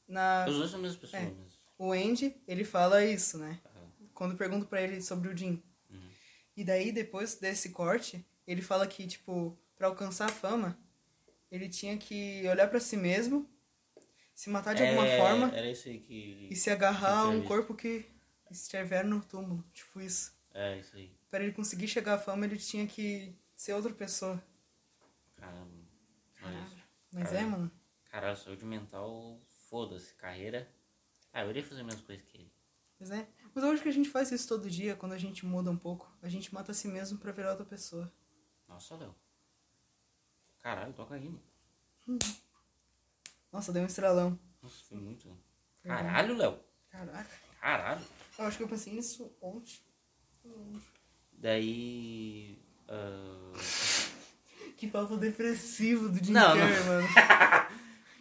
Speaker 2: na.
Speaker 1: Os dois são as mesmas pessoas.
Speaker 2: É.
Speaker 1: mas-
Speaker 2: O Andy, ele fala isso, né?
Speaker 1: Aham. Uhum.
Speaker 2: Quando pergunto pra ele sobre o Jim. E daí, depois desse corte, ele fala que, tipo, pra alcançar a fama, ele tinha que olhar pra si mesmo, se matar de alguma
Speaker 1: É,
Speaker 2: forma
Speaker 1: Era isso aí que.
Speaker 2: e se agarrar a um
Speaker 1: entrevista.
Speaker 2: corpo que estiver no túmulo. Tipo isso.
Speaker 1: É, isso aí.
Speaker 2: Pra ele conseguir chegar à fama, ele tinha que ser outra pessoa.
Speaker 1: Caramba. Olha isso.
Speaker 2: Mas é,
Speaker 1: Caralho.
Speaker 2: mano.
Speaker 1: Caralho, saúde mental, foda-se. Carreira. Ah, eu iria fazer a mesma coisa que ele.
Speaker 2: Mas é. Mas eu acho que a gente faz isso todo dia, quando a gente muda um pouco. A gente mata a si mesmo pra virar outra pessoa.
Speaker 1: Nossa, Léo. Caralho, toca aí, mano.
Speaker 2: Nossa, deu um estralão.
Speaker 1: Nossa, foi muito. Caralho, Léo.
Speaker 2: Caraca.
Speaker 1: Caralho.
Speaker 2: Eu acho que eu pensei nisso ontem.
Speaker 1: Daí. ah,
Speaker 2: Que papo depressivo do Jim
Speaker 1: Não,
Speaker 2: Carrey, mano.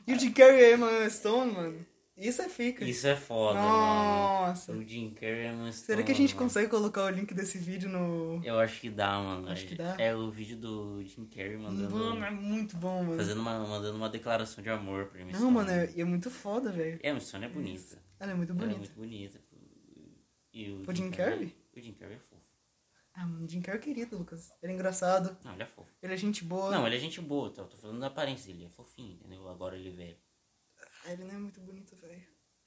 Speaker 2: e o Jim Carrey é Emma Stone, mano. Isso é fica.
Speaker 1: Isso é foda, mano.
Speaker 2: Nossa.
Speaker 1: O Jim Carrey é uma
Speaker 2: Será que a gente
Speaker 1: mano.
Speaker 2: consegue colocar o link desse vídeo no...
Speaker 1: Eu acho que dá, mano.
Speaker 2: Acho que dá.
Speaker 1: É o vídeo do Jim Carrey mandando.
Speaker 2: Mano, é muito bom, mano.
Speaker 1: Fazendo uma, mandando uma declaração de amor pra Emma
Speaker 2: Não,
Speaker 1: Stone.
Speaker 2: mano, é, e é muito foda, velho.
Speaker 1: É, a Emma Stone é bonita.
Speaker 2: Ela é muito
Speaker 1: Ela é
Speaker 2: bonita.
Speaker 1: muito bonita. E o,
Speaker 2: O Jim
Speaker 1: O Jim Carrey é fofo.
Speaker 2: Ah, mano, o Jim Carrey é querido, Lucas. Ele é engraçado,
Speaker 1: Não, ele é fofo.
Speaker 2: ele é gente boa.
Speaker 1: Não, ele é gente boa, tá? eu tô falando da aparência dele, ele é fofinho, entendeu? Agora ele é velho.
Speaker 2: Ah, ele não é muito bonito, velho.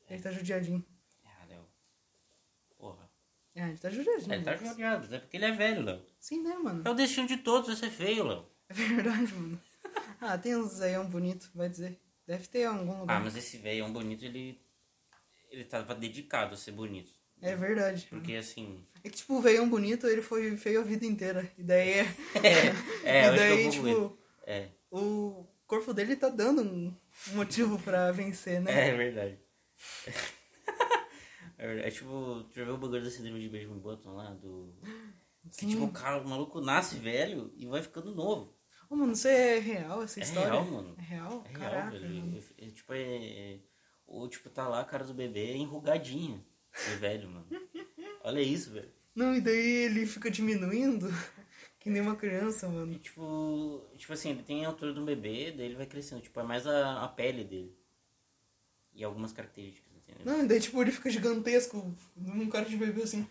Speaker 2: Ele tá judiadinho.
Speaker 1: Ah, Léo. Porra.
Speaker 2: É, ele tá judiadinho.
Speaker 1: É, ele tá
Speaker 2: Lucas.
Speaker 1: jogado, é porque ele é velho, Léo.
Speaker 2: Sim, né, mano?
Speaker 1: É o destino de todos, é ser feio, Léo.
Speaker 2: É verdade, mano. Ah, tem uns zaião bonito, vai dizer. Deve ter em algum
Speaker 1: Ah,
Speaker 2: lugar.
Speaker 1: mas esse velho é um bonito, ele. Ele tava dedicado a ser bonito.
Speaker 2: É verdade.
Speaker 1: Porque assim.
Speaker 2: É que, tipo, o veião bonito, ele foi feio a vida inteira. E daí é.
Speaker 1: É, eu
Speaker 2: e
Speaker 1: acho que
Speaker 2: daí,
Speaker 1: eu vou com
Speaker 2: tipo,
Speaker 1: ele. É,
Speaker 2: o corpo dele tá dando um motivo pra vencer, né?
Speaker 1: é verdade. É verdade. É tipo, tu já viu o bagulho da síndrome de Benjamin Button lá? Do. Que tipo, o cara, o maluco nasce velho e vai ficando novo.
Speaker 2: Ô, mano, isso é real, essa
Speaker 1: É
Speaker 2: história?
Speaker 1: real, mano.
Speaker 2: É real?
Speaker 1: É real,
Speaker 2: Caraca, mano.
Speaker 1: velho. É, é, tipo, é, é- Ou, tipo, tá lá a cara do bebê enrugadinha. É velho, mano. Olha isso, velho.
Speaker 2: Não, e daí ele fica diminuindo, que nem uma criança,
Speaker 1: E,
Speaker 2: mano.
Speaker 1: tipo, tipo assim, ele tem a altura de um bebê, daí ele vai crescendo. Tipo, é mais a, a pele dele. E algumas características, entendeu?
Speaker 2: Não, e daí, tipo, ele fica gigantesco, num cara de bebê assim.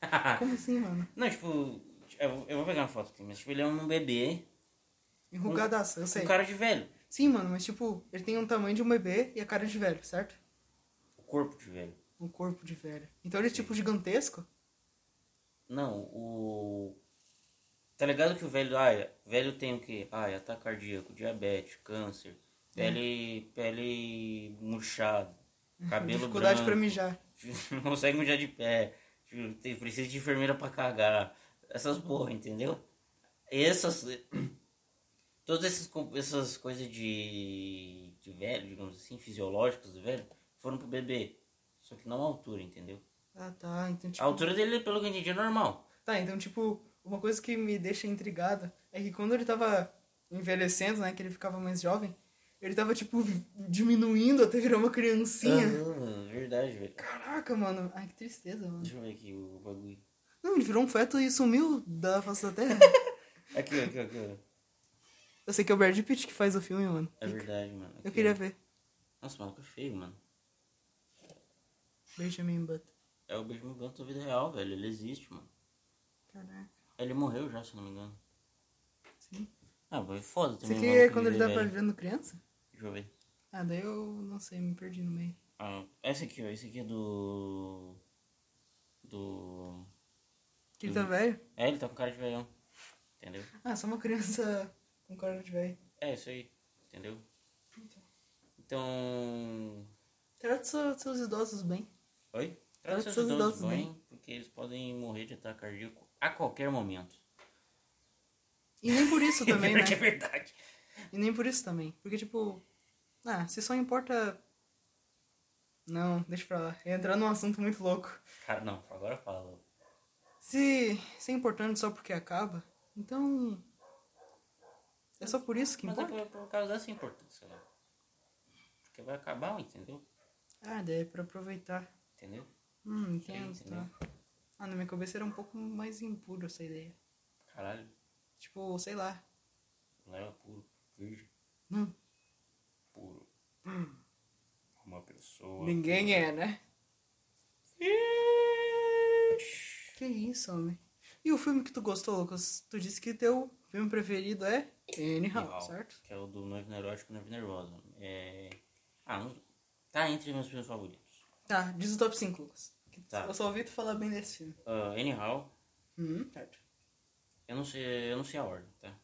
Speaker 2: Como assim, mano?
Speaker 1: Não, tipo, eu, eu vou pegar uma foto aqui, mas tipo, ele é um bebê
Speaker 2: Enrugadaço, eu sei.
Speaker 1: com um cara de velho.
Speaker 2: Sim, mano, mas, tipo, ele tem o tamanho de um bebê e a cara de velho, certo?
Speaker 1: O corpo de velho.
Speaker 2: Um corpo de velho. Então ele é, tipo, gigantesco?
Speaker 1: Não, o. Tá ligado que o velho. Ah, velho tem o quê? Ah, ataque cardíaco, diabetes, câncer, pele.
Speaker 2: Hum.
Speaker 1: pele murchada, cabelo
Speaker 2: Dificuldade pra
Speaker 1: branco,
Speaker 2: mijar.
Speaker 1: Não consegue mijar de pé. tipo, tem- Precisa de enfermeira pra cagar. Essas porra, entendeu? Essas. Todas essas, co- essas coisas de. de velho, digamos assim, fisiológicas do velho, foram pro bebê. Só que não a altura, entendeu?
Speaker 2: Ah, tá. Então, tipo.
Speaker 1: A altura dele, pelo que eu entendi, é normal.
Speaker 2: Tá, então, tipo, uma coisa que me deixa intrigado é que quando ele tava envelhecendo, né, que ele ficava mais jovem, ele tava, tipo, vi- diminuindo até virar uma criancinha.
Speaker 1: Ah, verdade, velho.
Speaker 2: Caraca, mano. Ai, que tristeza, mano.
Speaker 1: Deixa eu ver aqui o bagulho.
Speaker 2: Não, ele virou um feto e sumiu da face da terra.
Speaker 1: Aqui, ó, aqui, ó, aqui. ó.
Speaker 2: Eu sei que é o Brad Pitt que faz o filme, mano.
Speaker 1: É verdade, mano. Aqui,
Speaker 2: Eu queria
Speaker 1: ó.
Speaker 2: ver.
Speaker 1: Nossa, o maluco é feio, mano.
Speaker 2: Benjamin Button.
Speaker 1: É o Benjamin Button da vida real, velho. Ele existe, mano.
Speaker 2: Caraca.
Speaker 1: Ele morreu já, se não me engano.
Speaker 2: Sim.
Speaker 1: Ah, foi foda
Speaker 2: Isso
Speaker 1: também.
Speaker 2: aqui
Speaker 1: o maluco
Speaker 2: é quando ele
Speaker 1: viver,
Speaker 2: tava
Speaker 1: velho.
Speaker 2: virando criança?
Speaker 1: Deixa eu ver.
Speaker 2: Ah, daí eu não sei, me perdi no meio.
Speaker 1: Ah, esse aqui, ó. Esse aqui é do... Do...
Speaker 2: Que ele tá
Speaker 1: Hum.
Speaker 2: velho?
Speaker 1: É, ele tá com cara de velhão. Entendeu?
Speaker 2: Ah, só uma criança com cara de velho.
Speaker 1: É, isso aí. Entendeu? Então...
Speaker 2: Trata seus, seus idosos bem.
Speaker 1: Oi? Trata
Speaker 2: Trata seus
Speaker 1: seus idosos
Speaker 2: idosos
Speaker 1: bem, porque eles podem morrer de ataque cardíaco a qualquer momento.
Speaker 2: E nem por isso também, né?
Speaker 1: É verdade.
Speaker 2: E nem por isso também. Porque, tipo, ah, se só importa. Não, deixa pra lá. É entrar num assunto muito louco.
Speaker 1: Cara, não, agora fala.
Speaker 2: Se, se é importante só porque acaba, então. É só por isso que
Speaker 1: Mas é
Speaker 2: importa?
Speaker 1: por, por causa dessa importância, né? Porque vai acabar, entendeu?
Speaker 2: Ah, daí é pra aproveitar.
Speaker 1: Entendeu?
Speaker 2: Hum, entendo,
Speaker 1: Sim,
Speaker 2: tá. Ah, na minha cabeça era um pouco mais impuro essa ideia.
Speaker 1: Caralho,
Speaker 2: Tipo, sei lá.
Speaker 1: leva puro, virgem,
Speaker 2: Hum,
Speaker 1: puro. Uma pessoa.
Speaker 2: é, ninguém é, né?
Speaker 1: Ixi.
Speaker 2: Que isso, homem? E o filme que tu gostou, Lucas? Tu disse que teu filme preferido é Anyhow, certo?
Speaker 1: Que é o do Noivo Neurótico e Noivo Nervosa. É... Ah, não... tá entre meus filmes favoritos.
Speaker 2: Tá, diz o top 5, Lucas. Que
Speaker 1: Tá.
Speaker 2: Eu só ouvi tu falar bem desse filme.
Speaker 1: Ah, Anyhow,
Speaker 2: Hum, certo.
Speaker 1: eu não sei, eu não sei a ordem, tá?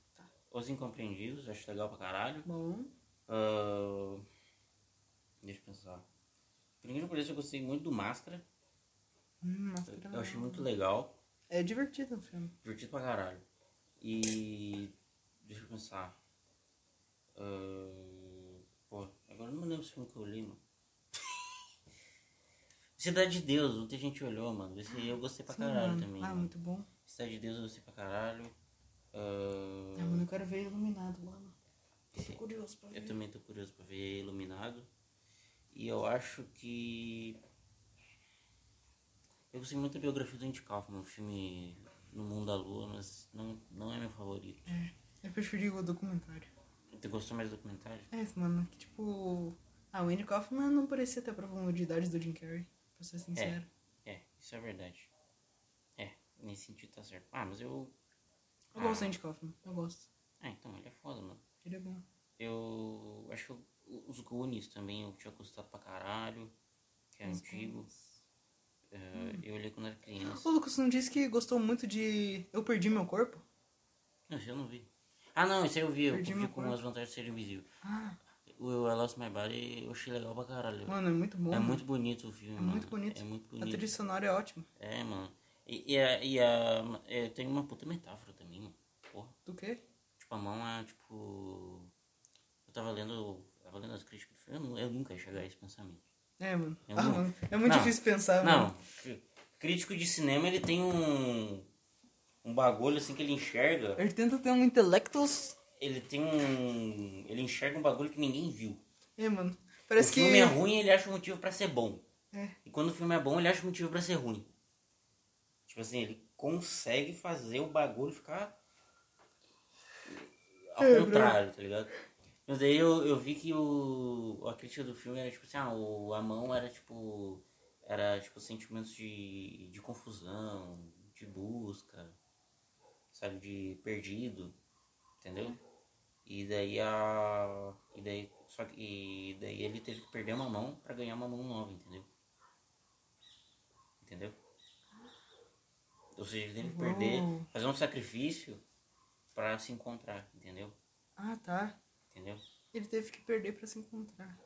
Speaker 1: Os Incompreendidos, acho legal pra caralho.
Speaker 2: Bom,
Speaker 1: Ah, Deixa eu pensar. Por incrível que pareça, eu gostei muito do Máscara.
Speaker 2: hum, mas
Speaker 1: Eu-
Speaker 2: que
Speaker 1: Eu achei
Speaker 2: legal.
Speaker 1: muito legal.
Speaker 2: É divertido o filme.
Speaker 1: Divertido pra caralho. E. Deixa eu pensar. Ah, Pô, agora eu não me lembro se foi um que eu li, mano. Cidade de Deus, ontem a gente olhou, mano. Esse eu gostei pra
Speaker 2: Sim,
Speaker 1: caralho
Speaker 2: mano.
Speaker 1: também.
Speaker 2: Ah,
Speaker 1: mano.
Speaker 2: muito bom.
Speaker 1: Cidade de Deus eu gostei pra caralho. Ah,
Speaker 2: Ah, mano, eu quero ver iluminado, mano. Eu tô
Speaker 1: Sim.
Speaker 2: curioso pra ver.
Speaker 1: Eu também tô curioso pra ver Iluminado. E eu acho que. Eu gostei muito da biografia do Andy Kaufman, um filme No Mundo da Lua, mas não, não é meu favorito.
Speaker 2: Eu preferi o documentário.
Speaker 1: Tu gostou mais do documentário?
Speaker 2: É, mano, que tipo. Ah, o Andy Kaufman não parecia ter a profundidade do Jim Carrey, pra ser sincero.
Speaker 1: É, isso é verdade. É, nesse sentido tá certo. Ah, mas eu.
Speaker 2: Eu gosto do Andy Kaufman, eu gosto.
Speaker 1: Ah, então, ele é foda, mano.
Speaker 2: Ele é bom.
Speaker 1: Eu acho que eu- os Goonies também eu tinha gostado pra caralho, que é antigo. Eh, Eu olhei quando era criança.
Speaker 2: Ô, Lucas, não disse que gostou muito de Eu Perdi Meu Corpo?
Speaker 1: Não, esse eu não vi. Ah, não, esse aí eu vi. Eu
Speaker 2: Perdi
Speaker 1: confundi
Speaker 2: meu
Speaker 1: com
Speaker 2: corpo.
Speaker 1: as vantagens de ser invisível.
Speaker 2: Ah,
Speaker 1: O I Lost My Body eu achei legal pra caralho.
Speaker 2: mano, é muito bom.
Speaker 1: é
Speaker 2: mano.
Speaker 1: muito bonito o filme,
Speaker 2: É
Speaker 1: mano.
Speaker 2: muito bonito.
Speaker 1: É muito
Speaker 2: A
Speaker 1: bonito.
Speaker 2: trilha sonora é ótima.
Speaker 1: É, mano. E, e a, e a- é, tem uma puta metáfora também, mano. Porra.
Speaker 2: Do quê?
Speaker 1: Tipo, a mão é, tipo... Eu tava lendo... Tava lendo as críticas do filme. Eu, nu- eu nunca ia chegar a esse pensamento.
Speaker 2: É, mano.
Speaker 1: É
Speaker 2: ah,
Speaker 1: um-
Speaker 2: mano. É muito
Speaker 1: Não.
Speaker 2: difícil pensar, mano.
Speaker 1: Não, crítico de cinema, ele tem um... Um bagulho, assim, que ele enxerga.
Speaker 2: Ele tenta ter um intelectos.
Speaker 1: Ele tem um... Ele enxerga um bagulho que ninguém viu.
Speaker 2: É, mano. Parece
Speaker 1: o
Speaker 2: que.
Speaker 1: filme é ruim, ele acha um motivo pra ser bom.
Speaker 2: É.
Speaker 1: E quando o filme é bom, ele acha um motivo pra ser ruim. Tipo assim, ele consegue fazer o bagulho ficar ao
Speaker 2: É,
Speaker 1: contrário, tá ligado? Mas daí eu, eu vi que o, a crítica do filme era tipo assim, ah, o, a mão era tipo. Era tipo sentimentos de, de confusão, de busca, sabe, de perdido, entendeu? E daí a. E daí. Só que. E daí ele teve que perder uma mão pra ganhar uma mão nova, entendeu? Entendeu? Ou seja, ele teve que perder.
Speaker 2: Uou.
Speaker 1: Fazer um sacrifício pra se encontrar, entendeu?
Speaker 2: Ah, tá.
Speaker 1: Entendeu?
Speaker 2: Ele teve que perder pra se encontrar.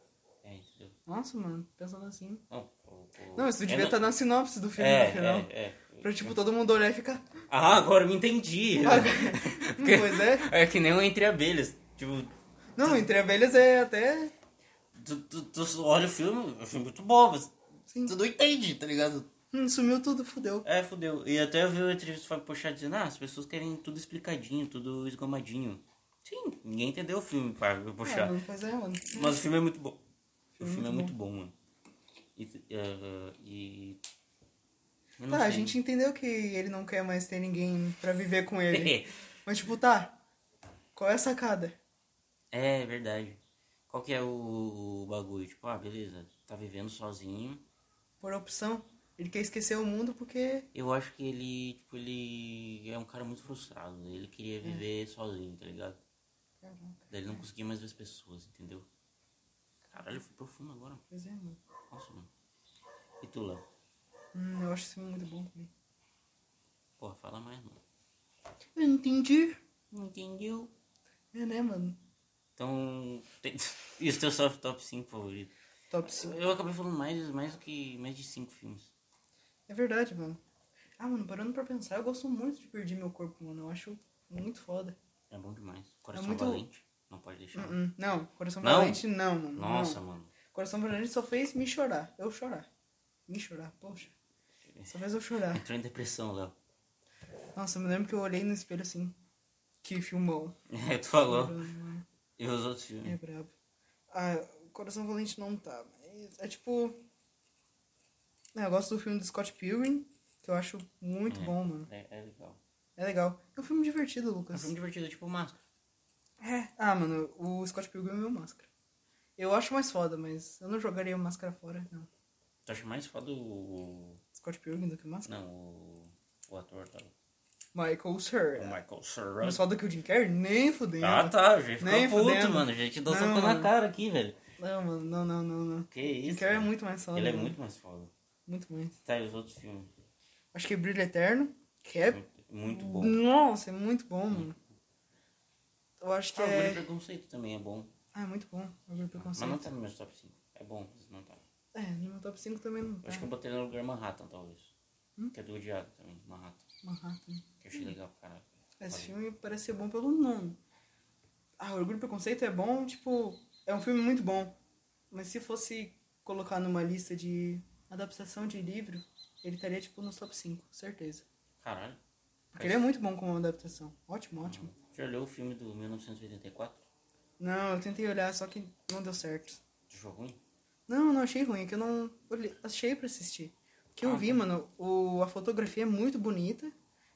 Speaker 1: É, entendeu?
Speaker 2: Nossa, mano, pensando assim.
Speaker 1: Não, o- o-
Speaker 2: Não, isso
Speaker 1: eu
Speaker 2: devia estar na sinopse do filme no final.
Speaker 1: É, é, é.
Speaker 2: Pra tipo, todo mundo olhar e ficar.
Speaker 1: Ah, agora eu me entendi.
Speaker 2: Hum, pois é.
Speaker 1: É que nem o Entre Abelhas. Tipo,
Speaker 2: Não, entre abelhas é até.
Speaker 1: tu, tu, tu olha o filme, é um filme muito bom, mas
Speaker 2: Sim.
Speaker 1: tu não entende, tá ligado?
Speaker 2: Hum, sumiu tudo, fudeu.
Speaker 1: É, fudeu. E até eu vi uma entrevista do Fábio Pochá dizendo, ah, as pessoas querem tudo explicadinho, tudo esgomadinho. Sim, ninguém entendeu o filme, Fábio Pochá.
Speaker 2: Ah, mano, pois é, mano.
Speaker 1: Mas o filme é muito bom. O
Speaker 2: Filme
Speaker 1: filme é
Speaker 2: muito
Speaker 1: muito bom, mano. E. eh, e... eu não
Speaker 2: Tá, a
Speaker 1: sei.
Speaker 2: gente entendeu que ele não quer mais ter ninguém pra viver com ele. Mas tipo, tá. Qual é a sacada?
Speaker 1: é verdade. Qual que é o bagulho? Tipo, ah, beleza, tá vivendo sozinho.
Speaker 2: Por opção, ele quer esquecer o mundo porque.
Speaker 1: Eu acho que ele, tipo, ele é um cara muito frustrado. né? Ele
Speaker 2: É.
Speaker 1: queria viver sozinho, tá ligado?
Speaker 2: Caraca,
Speaker 1: Daí ele não conseguia mais ver as pessoas, entendeu? Caralho, eu fui profundo agora.
Speaker 2: pois é, mano.
Speaker 1: Nossa, mano. E tu, Léo?
Speaker 2: Hum, eu acho esse filme muito bom também.
Speaker 1: Porra, fala mais, mano.
Speaker 2: Eu entendi.
Speaker 1: Entendeu?
Speaker 2: É, né, mano?
Speaker 1: Então, tem... e os teus soft top 5 favoritos?
Speaker 2: Top 5.
Speaker 1: Eu acabei falando mais, mais do que mais de cinco filmes.
Speaker 2: É verdade, mano. Ah, mano, parando pra pensar, eu gosto muito de perder meu corpo, mano. Eu acho muito foda.
Speaker 1: É bom demais. Coração
Speaker 2: muito-
Speaker 1: Valente. Não pode deixar.
Speaker 2: Hum, hum. Não, Coração
Speaker 1: Não?
Speaker 2: Valente não, mano.
Speaker 1: Nossa,
Speaker 2: não.
Speaker 1: mano.
Speaker 2: Coração Valente só fez me chorar. Eu chorar. Me chorar, poxa. Só fez eu chorar.
Speaker 1: Entrou em depressão, Léo.
Speaker 2: Nossa, eu me lembro que eu olhei no espelho assim. Que filmão.
Speaker 1: É, tu falou.
Speaker 2: Mano,
Speaker 1: E os outros
Speaker 2: É
Speaker 1: filmes?
Speaker 2: brabo. Ah, Coração Valente não tá. mas É tipo. É, eu gosto do filme do Scott Pilgrim, que eu acho muito bom, mano.
Speaker 1: É, é legal.
Speaker 2: É legal. É um filme divertido,
Speaker 1: É um
Speaker 2: Lucas.
Speaker 1: filme divertido, tipo Máscara.
Speaker 2: É. Ah, mano, o Scott Pilgrim é meu máscara. Eu acho mais foda, mas eu não jogaria o máscara fora, não.
Speaker 1: Tu acha mais foda o...
Speaker 2: Scott Pilgrim do que o máscara?
Speaker 1: Não, o... O ator, tá?
Speaker 2: Michael Cera.
Speaker 1: O Michael Cera.
Speaker 2: Mas só do que o Jim Carrey? Nem fudendo.
Speaker 1: Ah tá, o gente ficou
Speaker 2: Nem
Speaker 1: puto,
Speaker 2: fudendo.
Speaker 1: mano. A gente deu
Speaker 2: Não,
Speaker 1: soco na
Speaker 2: mano.
Speaker 1: cara aqui, velho.
Speaker 2: Não, mano, não, não, não, não.
Speaker 1: Que
Speaker 2: Jim
Speaker 1: isso?
Speaker 2: Carrey é
Speaker 1: mano.
Speaker 2: muito mais foda.
Speaker 1: Ele é
Speaker 2: mano.
Speaker 1: muito mais foda.
Speaker 2: Muito mais.
Speaker 1: Tá, e os outros filmes?
Speaker 2: Acho que é Brilho Eterno, que é...
Speaker 1: Muito- Muito bom.
Speaker 2: Nossa, é muito bom, mano. Eu acho que
Speaker 1: Ah, o Orgulho e
Speaker 2: é...
Speaker 1: Preconceito também é bom.
Speaker 2: Ah, é muito bom. Orgulho e
Speaker 1: Mas
Speaker 2: Preconceito.
Speaker 1: não tá no meu top 5. É bom, mas não tá.
Speaker 2: É, no meu top 5 também não
Speaker 1: Eu
Speaker 2: tá.
Speaker 1: Acho que eu botei no lugar Manhattan, talvez.
Speaker 2: Hum?
Speaker 1: Que é do odiado também, Manhattan.
Speaker 2: Manhattan.
Speaker 1: Que eu achei legal pra caralho.
Speaker 2: Esse
Speaker 1: Olha.
Speaker 2: filme parece ser bom pelo nome. Ah, Orgulho e Preconceito é bom, tipo, é um filme muito bom. Mas se fosse colocar numa lista de adaptação de livro, ele estaria, tipo, nos top 5, certeza.
Speaker 1: Caralho.
Speaker 2: Porque ele é muito bom como adaptação. Ótimo, ótimo.
Speaker 1: Já olhou o filme do 1984? Uhum.
Speaker 2: Não, eu tentei olhar, só que não deu certo.
Speaker 1: Achou ruim?
Speaker 2: Não, não achei ruim, é que eu não olhei, achei pra assistir. O que eu
Speaker 1: Ah,
Speaker 2: vi,
Speaker 1: tá. Uhum.
Speaker 2: mano, o, a fotografia é muito bonita.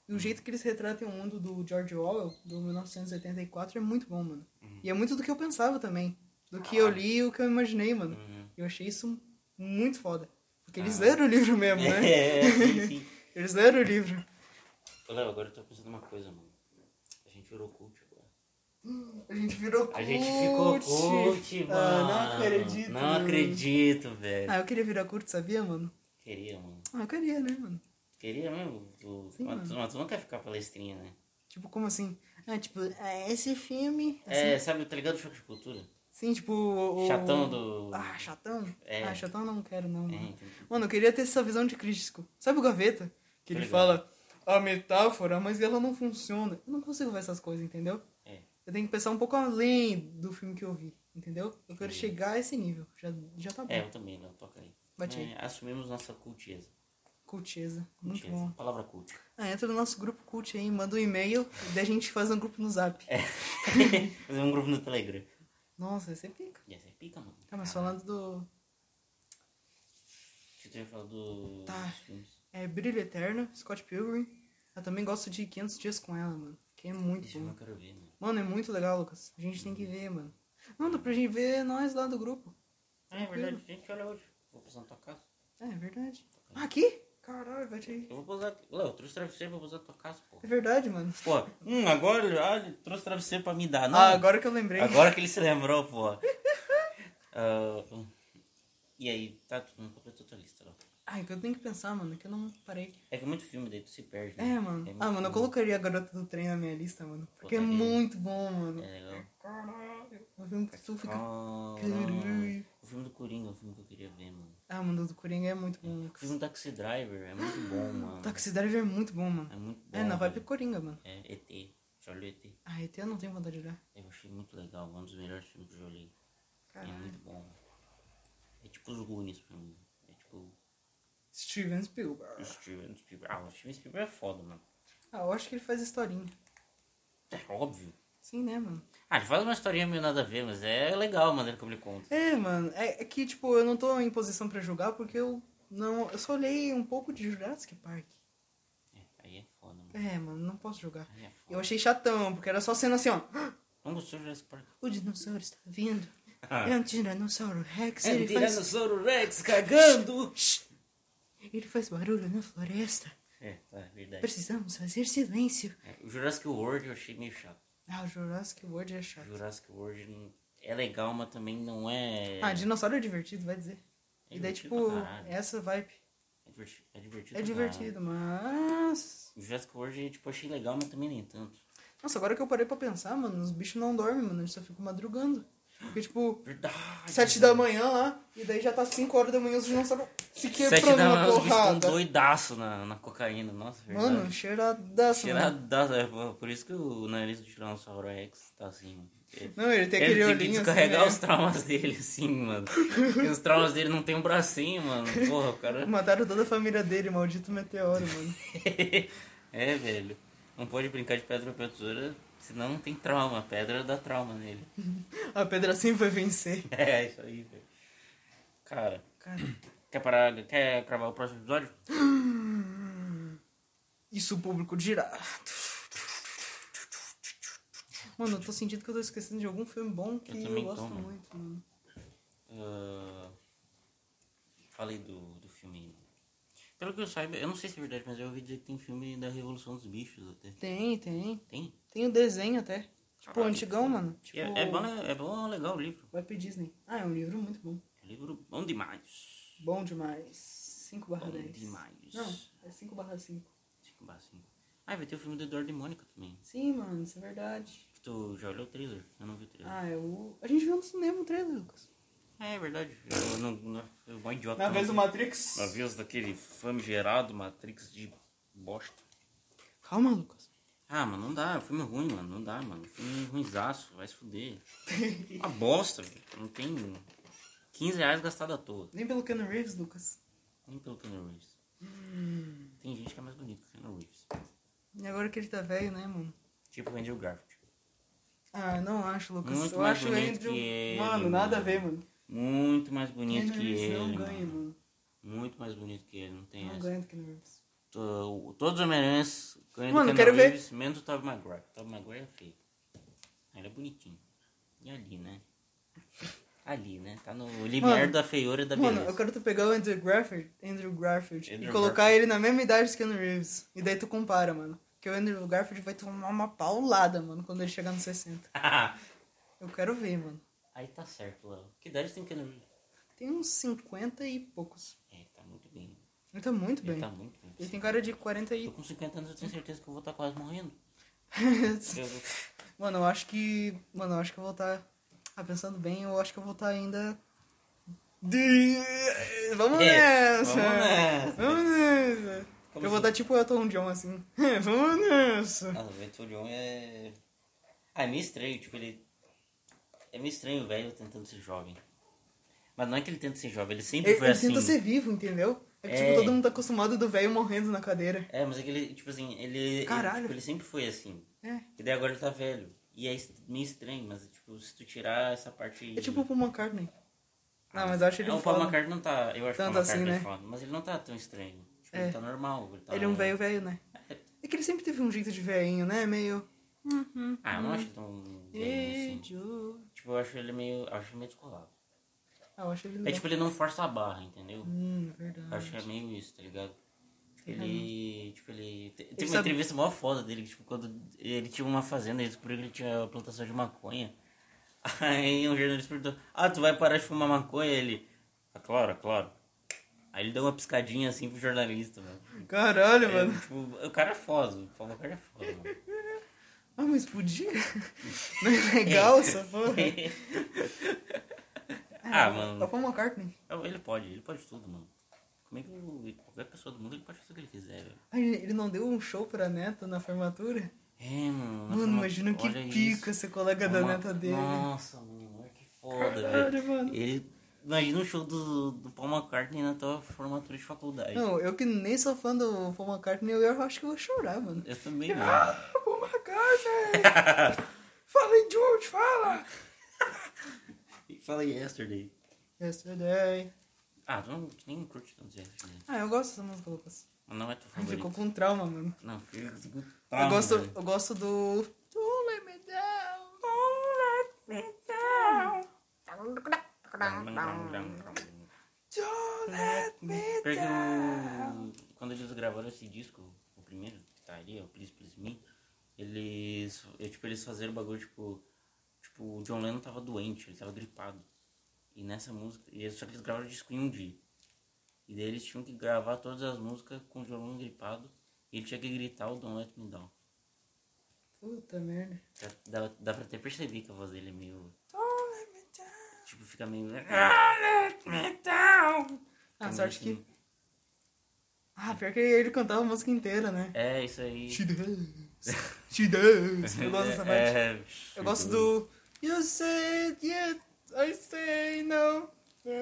Speaker 2: E o jeito que eles retratam o mundo do George Orwell, do 1984, é muito bom, mano.
Speaker 1: Uhum.
Speaker 2: E é muito do que eu pensava também. Do que eu li e o que eu imaginei, mano.
Speaker 1: Uhum.
Speaker 2: Eu achei isso muito foda. Porque eles
Speaker 1: Ah.
Speaker 2: leram o livro mesmo, né?
Speaker 1: É, sim, sim.
Speaker 2: Eles leram o livro.
Speaker 1: Ô, Léo, agora eu tô pensando uma coisa, mano. A gente virou cult agora.
Speaker 2: A gente virou
Speaker 1: A gente ficou cult, mano.
Speaker 2: Ah, não acredito.
Speaker 1: Não
Speaker 2: mano.
Speaker 1: acredito, velho.
Speaker 2: Ah, eu queria virar curto, sabia, mano?
Speaker 1: Queria, mano.
Speaker 2: Ah, eu queria, né, mano?
Speaker 1: Queria mesmo. Tu,
Speaker 2: Sim,
Speaker 1: mas,
Speaker 2: mano.
Speaker 1: mas tu não quer ficar palestrinha, né?
Speaker 2: Tipo, como assim? Ah, tipo, ah, esse filme. assim.
Speaker 1: É, sabe, tá ligado o choque de cultura?
Speaker 2: Sim, tipo. O... o-
Speaker 1: Chatão do.
Speaker 2: Ah, chatão?
Speaker 1: É.
Speaker 2: Ah, chatão não quero, não.
Speaker 1: É,
Speaker 2: Mano.
Speaker 1: entendi.
Speaker 2: Mano, eu queria ter essa visão de crítico. Sabe o Gaveta? Que
Speaker 1: Tô
Speaker 2: ele
Speaker 1: Tá ligado.
Speaker 2: fala a metáfora, mas ela não funciona. Eu não consigo ver essas coisas, entendeu?
Speaker 1: É.
Speaker 2: Eu tenho que pensar um pouco além do filme que eu vi, entendeu? Eu quero
Speaker 1: Entendi.
Speaker 2: chegar a esse nível. Já, já tá bom.
Speaker 1: É, eu também, Léo, toca aí.
Speaker 2: Bate aí.
Speaker 1: É, assumimos nossa cultieza.
Speaker 2: Culteza. Muito
Speaker 1: Cultieza.
Speaker 2: bom.
Speaker 1: Palavra cult.
Speaker 2: Ah, entra no nosso grupo cult aí, manda um e-mail e daí a gente faz um grupo no zap.
Speaker 1: É. Fazer um grupo no Telegram.
Speaker 2: Nossa, você é pica.
Speaker 1: Ia ser pica, mano.
Speaker 2: Tá, mas falando do.
Speaker 1: Acho que tu ia falar do.
Speaker 2: Tá.
Speaker 1: dos filmes.
Speaker 2: É Brilho Eterno, Scott Pilgrim. Eu também gosto de 500 Dias com Ela, mano. Que é muito
Speaker 1: Esse filme
Speaker 2: bom.
Speaker 1: eu quero ver, mano. Uhum.
Speaker 2: Mano, é muito legal, Lucas. A gente tem que ver, mano. Não, dá pra gente ver nós lá do grupo.
Speaker 1: Ah, é verdade, a gente olha hoje. Vou passar na tua casa.
Speaker 2: É, é verdade.
Speaker 1: Tá.
Speaker 2: Ah, aqui? Caralho, bate aí.
Speaker 1: Eu vou pousar. Léo, eu trouxe travesseiro pra pousar na tua casa, pô.
Speaker 2: É verdade, mano.
Speaker 1: Pô, hum, agora ele- ah, ele trouxe travesseiro pra me dar. Não,
Speaker 2: Ah, agora que eu lembrei.
Speaker 1: agora que ele se lembrou, pô. Ah, hum. e aí, tá, tu não completou tua lista, Léo.
Speaker 2: Ai, que eu tenho que pensar, mano, que eu não parei.
Speaker 1: É que é muito filme, daí tu se perde. né?
Speaker 2: É, mano.
Speaker 1: muito
Speaker 2: Ah, mano, eu
Speaker 1: filme.
Speaker 2: colocaria a Garota do Trem na minha lista, mano. Porque é
Speaker 1: Botaria.
Speaker 2: muito bom, mano.
Speaker 1: É legal.
Speaker 2: Caralho. O filme que tu um fica...
Speaker 1: Ah,
Speaker 2: Caralho.
Speaker 1: o filme do Coringa é um filme que eu queria ver, mano.
Speaker 2: Ah, mano, o do Coringa é muito bom.
Speaker 1: O filme do Taxi Driver é muito bom, mano.
Speaker 2: Taxi Driver é muito bom, mano.
Speaker 1: É muito bom.
Speaker 2: É, na
Speaker 1: velho.
Speaker 2: vibe Coringa, mano.
Speaker 1: É, ET. Já olhou ET?
Speaker 2: Ah, ET eu não tenho vontade de olhar.
Speaker 1: Eu achei muito legal, um dos melhores filmes que eu já olhei. É muito bom. É tipo os Goonies pra mim. É tipo
Speaker 2: Steven
Speaker 1: o
Speaker 2: Spielberg.
Speaker 1: Steven Spielberg. Ah, o Steven Spielberg é foda, mano.
Speaker 2: Ah, eu acho que ele faz historinha.
Speaker 1: É óbvio.
Speaker 2: Sim, né, mano?
Speaker 1: Ah, ele faz uma historinha meio nada a ver, mas é legal a maneira como ele conta.
Speaker 2: É, mano. É, é que, tipo, eu não tô em posição pra julgar porque eu não. Eu só olhei um pouco de Jurassic Park.
Speaker 1: É, aí é foda, mano.
Speaker 2: É, mano, não posso julgar.
Speaker 1: Aí é foda.
Speaker 2: Eu achei chatão, porque era só sendo assim, ó.
Speaker 1: Não gostou de Jurassic Park?
Speaker 2: O dinossauro está vindo.
Speaker 1: Ah.
Speaker 2: É um tiranossauro Rex.
Speaker 1: É um
Speaker 2: ele, faz,
Speaker 1: Tiranossauro Rex cagando!
Speaker 2: ele faz barulho na floresta.
Speaker 1: É, tá, é verdade.
Speaker 2: Precisamos fazer silêncio.
Speaker 1: É, o Jurassic World eu achei meio chato.
Speaker 2: Ah, o Jurassic World é
Speaker 1: O
Speaker 2: chato.
Speaker 1: Jurassic World não- é legal, mas também não é.
Speaker 2: Ah, dinossauro é divertido, vai dizer.
Speaker 1: É
Speaker 2: e daí,
Speaker 1: divertido
Speaker 2: tipo,
Speaker 1: pra caralho.
Speaker 2: essa vibe.
Speaker 1: É divertido. É divertido.
Speaker 2: É
Speaker 1: pra
Speaker 2: divertido, mas.
Speaker 1: O Jurassic World, tipo, achei legal, mas também nem tanto.
Speaker 2: Nossa, agora que eu parei pra pensar, mano, os bichos não dormem, mano. Eles só ficam madrugando. Porque, tipo,
Speaker 1: Verdade!
Speaker 2: sete da manhã lá, e daí já tá cinco horas da manhã, os dinossauros se
Speaker 1: é. Sete da
Speaker 2: quebrando na
Speaker 1: manhã, os bichos tão
Speaker 2: porrada.
Speaker 1: doidaço na, na cocaína. Nossa, é verdade.
Speaker 2: Mano, cheiradaço, mano.
Speaker 1: Cheiradaço. É por- por isso que o nariz do Tiranossauro Rex tá assim. mano. Ele-
Speaker 2: Não, ele tem
Speaker 1: Ele
Speaker 2: aquele
Speaker 1: tem que
Speaker 2: olhinho
Speaker 1: descarregar os
Speaker 2: assim, né?
Speaker 1: traumas dele, assim, mano. Porque os traumas dele não tem um bracinho, mano. Porra, o cara.
Speaker 2: Mataram toda a família dele, maldito meteoro, mano.
Speaker 1: é, velho. Não pode brincar de pedra pra tesoura, senão não tem trauma. A pedra dá trauma nele.
Speaker 2: A pedra sempre vai vencer.
Speaker 1: É, isso aí, velho. Cara,
Speaker 2: Cara,
Speaker 1: quer parar? Quer gravar o próximo episódio?
Speaker 2: Hum. isso o público dirá. Mano, eu tô sentindo que eu tô esquecendo de algum filme bom que eu,
Speaker 1: também tô,
Speaker 2: gosto
Speaker 1: mano.
Speaker 2: muito, mano.
Speaker 1: Ah, falei do, do filme. Pelo que eu saiba, eu não sei se é verdade, mas eu ouvi dizer que tem filme da Revolução dos Bichos até.
Speaker 2: Tem, tem.
Speaker 1: Tem?
Speaker 2: Tem o desenho até. Tipo,
Speaker 1: Caralho,
Speaker 2: antigão, mano. Tipo,
Speaker 1: E É, é bom, né? é bom, legal o livro.
Speaker 2: Vai pro Disney. Ah, é um livro muito bom.
Speaker 1: É um livro bom demais.
Speaker 2: Bom demais. 5 barra
Speaker 1: Bom
Speaker 2: 10.
Speaker 1: demais.
Speaker 2: Não, é 5 barra 5.
Speaker 1: Cinco barra cinco. Ah, e vai ter o filme do Eduardo e Mônica também.
Speaker 2: Sim, mano, isso é verdade.
Speaker 1: Tu já olhou o trailer? Eu não vi o trailer.
Speaker 2: Ah, eu... A gente viu no cinema o trailer, Lucas.
Speaker 1: É, é verdade. Eu não. não eu um mó idiota.
Speaker 2: Na
Speaker 1: não
Speaker 2: vez
Speaker 1: vi.
Speaker 2: do Matrix.
Speaker 1: Na vez daquele famigerado Matrix de bosta.
Speaker 2: Calma, Lucas.
Speaker 1: Ah, mano, não dá. Filme ruim, mano. Não dá, mano. Filme ruimzaço. Vai se fuder. Uma bosta, velho. Não tem 15 reais gastado à toa.
Speaker 2: Nem pelo Keanu Reeves, Lucas.
Speaker 1: Nem pelo Keanu Reeves. Tem gente que é mais bonito que o Keanu Reeves.
Speaker 2: E agora que ele tá velho, né, mano?
Speaker 1: Tipo o Andrew Garfield.
Speaker 2: Ah, não acho, Lucas.
Speaker 1: Muito
Speaker 2: eu
Speaker 1: mais
Speaker 2: acho
Speaker 1: bonito
Speaker 2: Andrew...
Speaker 1: que ele,
Speaker 2: Mano, nada a
Speaker 1: mano.
Speaker 2: ver, mano.
Speaker 1: Muito mais bonito
Speaker 2: Keanu
Speaker 1: que
Speaker 2: Reeves
Speaker 1: ele.
Speaker 2: não ganha,
Speaker 1: mano.
Speaker 2: mano.
Speaker 1: Muito mais bonito que ele. Não tem
Speaker 2: Não
Speaker 1: essa.
Speaker 2: ganha do Keanu Reeves.
Speaker 1: To- Todos os Homem-Aranhas ganham
Speaker 2: Mano,
Speaker 1: do
Speaker 2: quero
Speaker 1: Keanu
Speaker 2: ver.
Speaker 1: Reeves, menos o Tobey Maguire. O Tobey Maguire é feio. Ele é bonitinho. E ali, né? Ali, né? Tá no limiar
Speaker 2: Mano,
Speaker 1: da feiura e da Tá beleza.
Speaker 2: Mano, eu quero tu pegar o Andrew Garfield, Andrew Garfield
Speaker 1: Andrew
Speaker 2: e colocar
Speaker 1: Garfield.
Speaker 2: ele na mesma idade que o Keanu Reeves. E daí tu compara, mano. Porque o Andrew Garfield vai tomar uma paulada, mano, quando ele chegar nos 60.
Speaker 1: Ah,
Speaker 2: Eu quero ver, mano.
Speaker 1: Aí tá certo, Léo. Que idade tem Keanu Reeves?
Speaker 2: Tem uns 50 e poucos.
Speaker 1: É, tá muito bem.
Speaker 2: Ele tá muito
Speaker 1: Ele
Speaker 2: bem.
Speaker 1: tá muito bem.
Speaker 2: Ele tem cara de 40
Speaker 1: Eu
Speaker 2: e.
Speaker 1: com 50 anos eu tenho certeza que eu vou estar quase morrendo. Eu-
Speaker 2: mano, eu acho que. Mano, eu acho que eu vou estar. Ah, pensando bem, eu acho que eu vou estar ainda. De... Vamos
Speaker 1: É,
Speaker 2: nessa!
Speaker 1: vamos nessa.
Speaker 2: Vamos nessa!
Speaker 1: Como
Speaker 2: eu vou
Speaker 1: assim?
Speaker 2: estar tipo o Elton John assim. Vamos nessa!
Speaker 1: Nossa, Ah, o Ventura John é... Ah, é meio estranho, tipo, ele... É meio estranho o velho tentando ser jovem. Mas não é que ele tenta ser jovem, ele sempre
Speaker 2: Ele,
Speaker 1: foi
Speaker 2: ele
Speaker 1: assim.
Speaker 2: tenta ser vivo, entendeu? É que,
Speaker 1: É.
Speaker 2: tipo, todo mundo tá acostumado do velho morrendo na cadeira.
Speaker 1: É, mas é que ele, tipo assim, ele.
Speaker 2: Caralho.
Speaker 1: Ele, tipo, ele sempre foi assim.
Speaker 2: É.
Speaker 1: E daí agora ele tá velho. E é est- meio estranho, mas, tipo, se tu tirar essa parte.
Speaker 2: É tipo o Paul McCartney. Não, mas eu acho ele
Speaker 1: é,
Speaker 2: um
Speaker 1: O Paul
Speaker 2: foda.
Speaker 1: McCartney não tá. Eu acho que o
Speaker 2: Tanto
Speaker 1: Paul McCartney
Speaker 2: assim,
Speaker 1: é
Speaker 2: né?
Speaker 1: foda. Mas ele não tá tão estranho. Tipo,
Speaker 2: É.
Speaker 1: ele tá normal. Ele, tá
Speaker 2: Ele é um velho velho, né?
Speaker 1: É.
Speaker 2: É que ele sempre teve um jeito de velhinho, né? Meio. Uhum.
Speaker 1: Ah, eu não acho tão. velho
Speaker 2: Ei,
Speaker 1: assim.
Speaker 2: Joe.
Speaker 1: Tipo, eu acho ele meio. Eu acho ele meio descolado.
Speaker 2: Ah, eu acho ele
Speaker 1: É
Speaker 2: legal.
Speaker 1: tipo, ele não força a barra, entendeu?
Speaker 2: Hum,
Speaker 1: Eu acho que
Speaker 2: verdade.
Speaker 1: é meio isso, tá ligado? Tipo,
Speaker 2: Tem
Speaker 1: ele. Tipo, ele. te- Teve uma
Speaker 2: Uhum. sabe-
Speaker 1: entrevista mó foda dele, que, tipo, quando ele tinha uma fazenda, ele descobriu que ele tinha plantação de maconha. Aí um jornalista perguntou, ah, tu vai parar de fumar maconha? Ele. Ah, claro, claro. Aí ele deu uma piscadinha assim pro jornalista, mano.
Speaker 2: Caralho,
Speaker 1: É,
Speaker 2: mano.
Speaker 1: tipo, o cara é foda, o Paulo cara é foda, mano.
Speaker 2: Ah, mas podia? Não é legal essa porra?
Speaker 1: É. ah,
Speaker 2: Tá
Speaker 1: mano.
Speaker 2: o Paul McCartney.
Speaker 1: Ele pode, ele pode tudo, mano. Como é que o- qualquer pessoa do mundo ele pode fazer o que ele quiser, velho.
Speaker 2: Ah, ele ele não deu um show pra neta na formatura?
Speaker 1: É, mano. nossa,
Speaker 2: Mano, imagina que
Speaker 1: olha isso.
Speaker 2: pica ser colega da
Speaker 1: Uma-
Speaker 2: neta dele.
Speaker 1: Nossa, mano, olha que foda,
Speaker 2: Caralho,
Speaker 1: velho.
Speaker 2: mano.
Speaker 1: Ele. Imagina o show do, do Paul McCartney na tua formatura de faculdade.
Speaker 2: Não, eu que nem sou fã do Paul McCartney, eu acho que eu vou chorar, mano.
Speaker 1: Eu também não.
Speaker 2: Paul McCartney! fala em George, fala!
Speaker 1: Fala yesterday.
Speaker 2: Yesterday.
Speaker 1: Ah, tu não tu nem curte tanto yesterday.
Speaker 2: Ah, eu gosto dessa música, Lucas.
Speaker 1: Mas não é tua
Speaker 2: Ai,
Speaker 1: favorita.
Speaker 2: Ficou com trauma, mano.
Speaker 1: Não, eu, Tá,
Speaker 2: eu, gosto, eu gosto do. Don't let me down. Don't let me down. Don't let me
Speaker 1: Porque
Speaker 2: down.
Speaker 1: o- quando eles gravaram esse disco, o primeiro, que tá ali, é o Please Please Me, eles, é, tipo, eles fizeram o bagulho, tipo, tipo, o John Lennon tava doente, ele tava gripado. E nessa música, e eles, só que eles gravaram o disco em um dia. E daí eles tinham que gravar todas as músicas com o John Lennon gripado, e ele tinha que gritar o Don't Let Me Down.
Speaker 2: Puta merda.
Speaker 1: Dá, dá, dá pra até perceber que a voz dele é meio,
Speaker 2: Don't let me down.
Speaker 1: tipo, fica meio... Don't Let Me Down!
Speaker 2: Ah,
Speaker 1: Fica
Speaker 2: sorte
Speaker 1: meio
Speaker 2: que. Ah, pior que ele cantava a música inteira, né?
Speaker 1: É, isso aí.
Speaker 2: She does. She does. Eu gosto dessa parte.
Speaker 1: É, é,
Speaker 2: Eu gosto do. You said yes, I say no.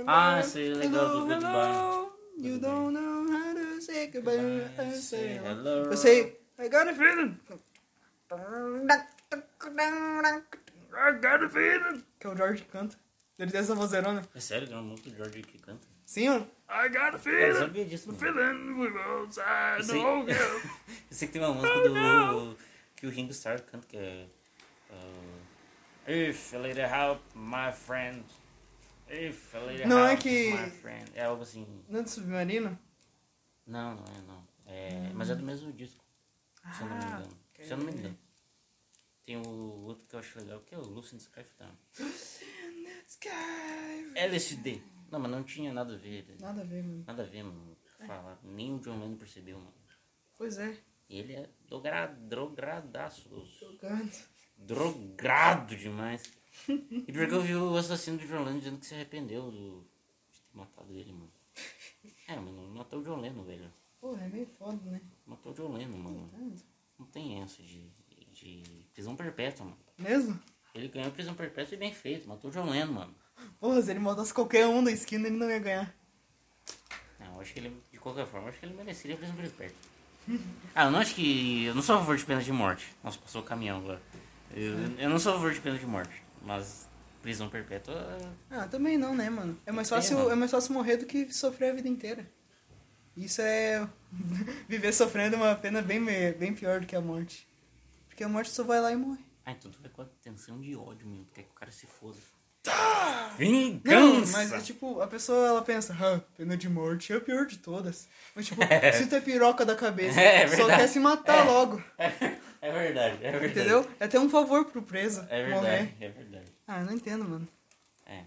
Speaker 1: Ah, isso aí é legal do
Speaker 2: Hello, hello,
Speaker 1: Goodbye.
Speaker 2: You
Speaker 1: Goodbye.
Speaker 2: don't know how to say goodbye.
Speaker 1: Goodbye,
Speaker 2: I say hello.
Speaker 1: hello.
Speaker 2: Eu sei. I got a feeling. I got a feeling. Que é o George que canta. Ele tem essa vozerona.
Speaker 1: É sério que é uma música do George que canta?
Speaker 2: Sim, mano. I got a
Speaker 1: Eu
Speaker 2: feeling.
Speaker 1: sabia disso, mano.
Speaker 2: Feeling we go outside
Speaker 1: Sim.
Speaker 2: girl.
Speaker 1: Eu sei que tem uma música do. que o Ringo Starr canta que é. uh, If a little help, my friend. If a little
Speaker 2: Não é
Speaker 1: help,
Speaker 2: que-
Speaker 1: my friend. É algo assim.
Speaker 2: Não é do submarino?
Speaker 1: Não, não é, não. É, Mas é do mesmo disco, se eu não me
Speaker 2: Ah,
Speaker 1: engano. Se eu não me
Speaker 2: ok.
Speaker 1: engano. Tem o outro que eu acho legal, que é o Lucy in the Sky Town.
Speaker 2: Ah, Sky.
Speaker 1: LSD. Não, mas não tinha nada a ver. né?
Speaker 2: Nada a ver, mano.
Speaker 1: Nada a ver, mano. Falar. Nem o John Lennon percebeu, mano.
Speaker 2: Pois é,
Speaker 1: Ele é dogra, drogradaço.
Speaker 2: jogando.
Speaker 1: Drogrado demais. E pior que eu vi o assassino do John Lennon dizendo que se arrependeu do, de ter matado ele, mano. É, mano, matou o John Lennon, velho.
Speaker 2: Porra, é meio foda, né? Tá.
Speaker 1: Matou o John Lennon, mano. Não tem essa de, de prisão perpétua, mano.
Speaker 2: Mesmo?
Speaker 1: Ele ganhou prisão perpétua e bem feito. Matou o John Lennon, mano.
Speaker 2: Porra, se ele matasse qualquer um da esquina, ele não ia ganhar.
Speaker 1: Não, eu acho que ele, de qualquer forma, eu acho que ele mereceria prisão perpétua. ah, eu não acho que. Eu não sou a favor de pena de morte. Nossa, passou o caminhão agora. Eu, eu não sou a favor de pena de morte, mas prisão perpétua.
Speaker 2: Ah, também não, né, mano? É mais
Speaker 1: Tem,
Speaker 2: fácil,
Speaker 1: mano.
Speaker 2: é mais fácil morrer do que sofrer a vida inteira. Isso é viver sofrendo é uma pena bem, me- bem pior do que a morte. Porque a morte só vai lá e morre.
Speaker 1: Ah, então tu vai com a tensão de ódio mesmo, tu quer que o cara se foda.
Speaker 2: Não,
Speaker 1: Vingança!
Speaker 2: mas é tipo, a pessoa ela pensa, ah, pena de morte é a pior de todas. Mas tipo, se tu é piroca da cabeça,
Speaker 1: É, é
Speaker 2: só
Speaker 1: verdade.
Speaker 2: quer se matar
Speaker 1: É.
Speaker 2: logo,
Speaker 1: É verdade, é verdade.
Speaker 2: entendeu? É até um favor pro preso
Speaker 1: É
Speaker 2: morrer.
Speaker 1: verdade, é verdade.
Speaker 2: Ah, eu não entendo, mano.
Speaker 1: É.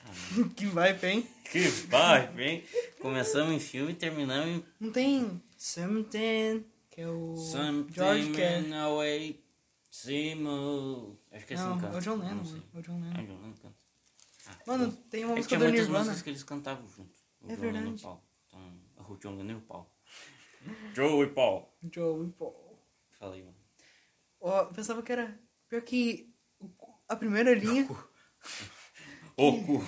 Speaker 2: que vai, hein?
Speaker 1: Que vibe, hein? Começamos em filme e terminamos em
Speaker 2: Não tem Something, que é o George
Speaker 1: Something
Speaker 2: que é...
Speaker 1: in a way. Simo. Acho que é assim
Speaker 2: Não,
Speaker 1: que canta.
Speaker 2: é o John
Speaker 1: eu não
Speaker 2: Lennon,
Speaker 1: sei.
Speaker 2: mano. É o John
Speaker 1: Ah,
Speaker 2: Lennon.
Speaker 1: o John Lennon canta. Ah,
Speaker 2: Mano,
Speaker 1: bom.
Speaker 2: tem uma
Speaker 1: É que
Speaker 2: música
Speaker 1: tinha
Speaker 2: do
Speaker 1: muitas
Speaker 2: Nirvana.
Speaker 1: músicas que eles cantavam juntos. O
Speaker 2: É
Speaker 1: John Lennon e
Speaker 2: verdade.
Speaker 1: o Paul. Então, o John Lennon e o Paul. Joe e Paul.
Speaker 2: Joey Paul.
Speaker 1: Falei, mano.
Speaker 2: Ó, eu pensava que era... Pior que o cu- a primeira linha...
Speaker 1: Ô, cu.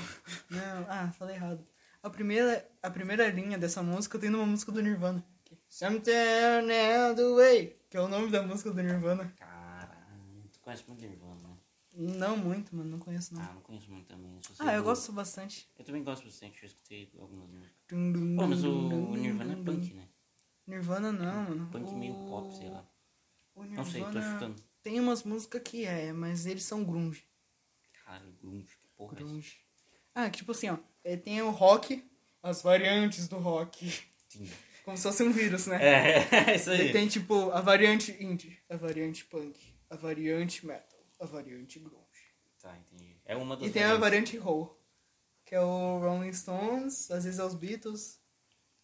Speaker 2: Não, ah, falei errado. A primeira, a primeira linha dessa música tem numa música do Nirvana. Something in the way, que é o nome da música do Nirvana.
Speaker 1: Caralho. Tu conhece muito Nirvana, né?
Speaker 2: Não muito, mano, não conheço não.
Speaker 1: Ah, não conheço muito também. eu só sei
Speaker 2: Ah, eu
Speaker 1: do-
Speaker 2: gosto bastante.
Speaker 1: Eu também gosto bastante. Eu escutei algumas músicas.
Speaker 2: Dum, dum,
Speaker 1: Pô, mas
Speaker 2: dum, dum,
Speaker 1: o
Speaker 2: dum,
Speaker 1: Nirvana
Speaker 2: dum,
Speaker 1: é
Speaker 2: dum.
Speaker 1: punk, né?
Speaker 2: Nirvana não, mano.
Speaker 1: Punk
Speaker 2: o...
Speaker 1: meio pop, sei lá.
Speaker 2: O
Speaker 1: Não sei, tô
Speaker 2: Nirvana
Speaker 1: chutando.
Speaker 2: Tem umas músicas que é, mas eles são grunge.
Speaker 1: Caralho, grunge. Que porra é essa?
Speaker 2: Grunge. Ah, que tipo assim, ó. é, Tem o rock, as variantes do rock.
Speaker 1: Sim.
Speaker 2: Como se fosse um vírus, né?
Speaker 1: É, é isso aí.
Speaker 2: Ele tem tipo a variante indie, a variante punk, a variante metal, a variante grunge.
Speaker 1: Tá, entendi. É uma das
Speaker 2: E tem a
Speaker 1: variantes.
Speaker 2: variante roll, que é o Rolling Stones, às vezes é os Beatles.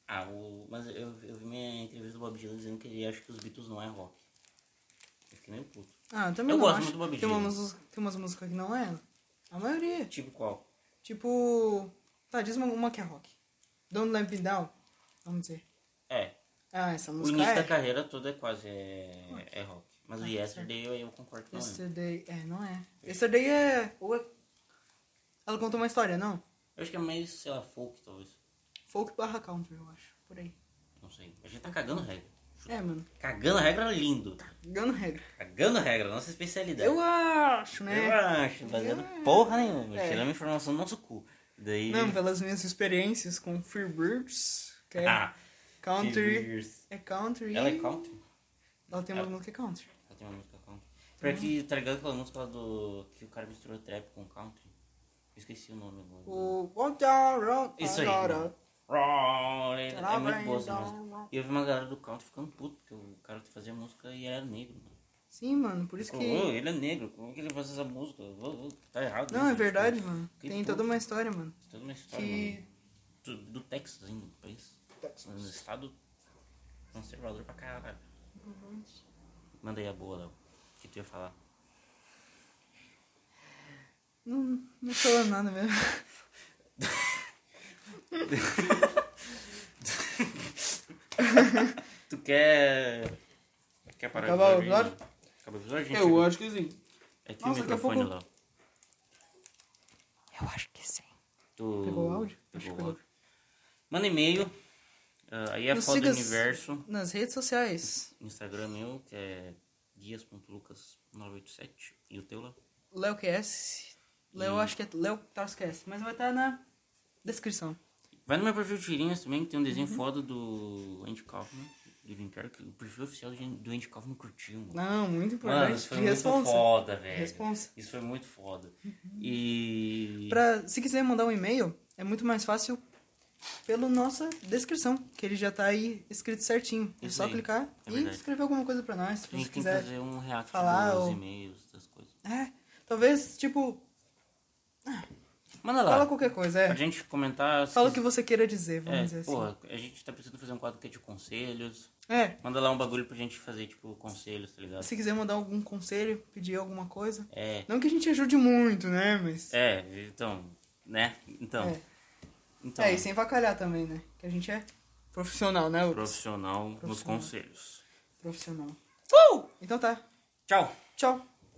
Speaker 1: Ah, o... mas eu, eu vi minha entrevista do Bob Dylan dizendo que ele acha que os Beatles não é rock. Eu fiquei meio puto.
Speaker 2: Ah, eu também
Speaker 1: Eu
Speaker 2: não
Speaker 1: gosto
Speaker 2: acho.
Speaker 1: muito do Bob
Speaker 2: tem, uma
Speaker 1: Dylan.
Speaker 2: música- tem umas músicas que não é. A maioria.
Speaker 1: Tipo qual?
Speaker 2: Tipo. Tá, diz uma, uma que é rock. Don't Let Me Down. Vamos dizer.
Speaker 1: É,
Speaker 2: Ah, essa
Speaker 1: o
Speaker 2: música
Speaker 1: início
Speaker 2: é.
Speaker 1: da carreira toda é quase é, é rock. Mas o Yesterday eu, eu concordo com ele.
Speaker 2: Yesterday. É, não é. Yesterday é. ou é- Ela contou uma história, não?
Speaker 1: Eu acho que é meio, sei lá, folk talvez.
Speaker 2: Folk barra country, eu acho. Por aí.
Speaker 1: Não sei. A gente tá cagando regra.
Speaker 2: É, mano.
Speaker 1: Cagando regra lindo. Tá
Speaker 2: Ganhando regra.
Speaker 1: Cagando regra, nossa especialidade.
Speaker 2: Eu acho,
Speaker 1: É. Eu
Speaker 2: né?
Speaker 1: acho, baseado
Speaker 2: É.
Speaker 1: porra nenhuma.
Speaker 2: É.
Speaker 1: Tiramos informação do nosso cu. Daí.
Speaker 2: Não, pelas minhas experiências com Freebirds, que é
Speaker 1: Ah,
Speaker 2: country.
Speaker 1: figures.
Speaker 2: É country.
Speaker 1: Ela é country?
Speaker 2: Ela tem uma
Speaker 1: Ela-
Speaker 2: música que é country.
Speaker 1: Ela tem uma música country. Pior que, tá ligado aquela música lá do. que o cara misturou trap com country? Eu esqueci o nome agora.
Speaker 2: O. Walk down, road,
Speaker 1: Isso aí.
Speaker 2: agora.
Speaker 1: Roll, É é muito boa essa música. E eu vi uma galera do country ficando puto, porque o cara fazia música e era negro, mano.
Speaker 2: Sim, mano, por isso
Speaker 1: Ficou,
Speaker 2: que.
Speaker 1: "Ô, ele é negro, como que ele faz essa música? Ô, ô, tá errado.
Speaker 2: Não,
Speaker 1: isso,
Speaker 2: é verdade,
Speaker 1: isso".
Speaker 2: mano.
Speaker 1: Que
Speaker 2: Tem
Speaker 1: puto.
Speaker 2: toda uma história, mano.
Speaker 1: Toda uma história,
Speaker 2: Que.
Speaker 1: mano. Do, do Texas, hein, do país. Um estado conservador pra caralho. Manda aí a boa, Léo. O que tu ia falar?
Speaker 2: Não, não falando nada mesmo.
Speaker 1: Tu quer. Quer parar
Speaker 2: Acabar o
Speaker 1: o episódio? aí? Acaba o episódio, gente.
Speaker 2: acho que sim.
Speaker 1: É aqui
Speaker 2: Nossa,
Speaker 1: o
Speaker 2: daqui a
Speaker 1: microfone,
Speaker 2: pouco-
Speaker 1: Léo.
Speaker 2: Eu acho que sim.
Speaker 1: Tu...
Speaker 2: Pegou o áudio? Acho que
Speaker 1: Pegou o
Speaker 2: pegou.
Speaker 1: áudio. Manda e-mail. ah, aí a
Speaker 2: Nos
Speaker 1: foto do
Speaker 2: siga-
Speaker 1: universo.
Speaker 2: Nas redes sociais,
Speaker 1: no Instagram meu, que é guias.lucas987. E o teu lá?
Speaker 2: Léo QS. Léo,
Speaker 1: E-
Speaker 2: acho que é Léo Tarso QS, mas vai estar na descrição.
Speaker 1: Vai no meu perfil de tirinhas também, que tem um desenho
Speaker 2: Uhum.
Speaker 1: foda do Andy Kaufman. Do Jim Carrey, que o perfil oficial do do Andy Kaufman curtiu, mano.
Speaker 2: Não, muito
Speaker 1: Mano,
Speaker 2: importante.
Speaker 1: isso foi
Speaker 2: de
Speaker 1: muito
Speaker 2: responsa.
Speaker 1: foda, velho.
Speaker 2: Responsa. Uhum.
Speaker 1: Isso foi muito foda. E.
Speaker 2: Pra, se quiser mandar um e-mail, é muito mais fácil pela nossa descrição, que ele já tá aí escrito certinho. É
Speaker 1: Isso
Speaker 2: só
Speaker 1: aí,
Speaker 2: clicar
Speaker 1: é
Speaker 2: e
Speaker 1: verdade.
Speaker 2: escrever alguma coisa pra nós, se
Speaker 1: A
Speaker 2: você
Speaker 1: gente tem que
Speaker 2: quiser.
Speaker 1: fazer um react
Speaker 2: falar
Speaker 1: dos
Speaker 2: ou-
Speaker 1: e-mails, das coisas.
Speaker 2: É, talvez, tipo,
Speaker 1: Manda lá.
Speaker 2: fala qualquer coisa,
Speaker 1: Pra
Speaker 2: é.
Speaker 1: gente comentar. se
Speaker 2: Fala o que
Speaker 1: quiser-
Speaker 2: você queira dizer, vamos dizer
Speaker 1: Tá. é,
Speaker 2: assim.
Speaker 1: porra, a gente tá precisando fazer um quadro que é de conselhos.
Speaker 2: É,
Speaker 1: Manda lá um bagulho pra gente fazer, tipo, conselhos, tá ligado?
Speaker 2: se quiser mandar algum conselho, pedir alguma coisa.
Speaker 1: É.
Speaker 2: Não que a gente ajude muito, né, mas...
Speaker 1: É, então, né? Então.
Speaker 2: É.
Speaker 1: Então,
Speaker 2: É, e sem vacalhar também, né? Que a gente é profissional, né, Lucas?
Speaker 1: profissional nos
Speaker 2: Profissional.
Speaker 1: conselhos.
Speaker 2: Profissional. Então tá.
Speaker 1: Tchau!
Speaker 2: Tchau.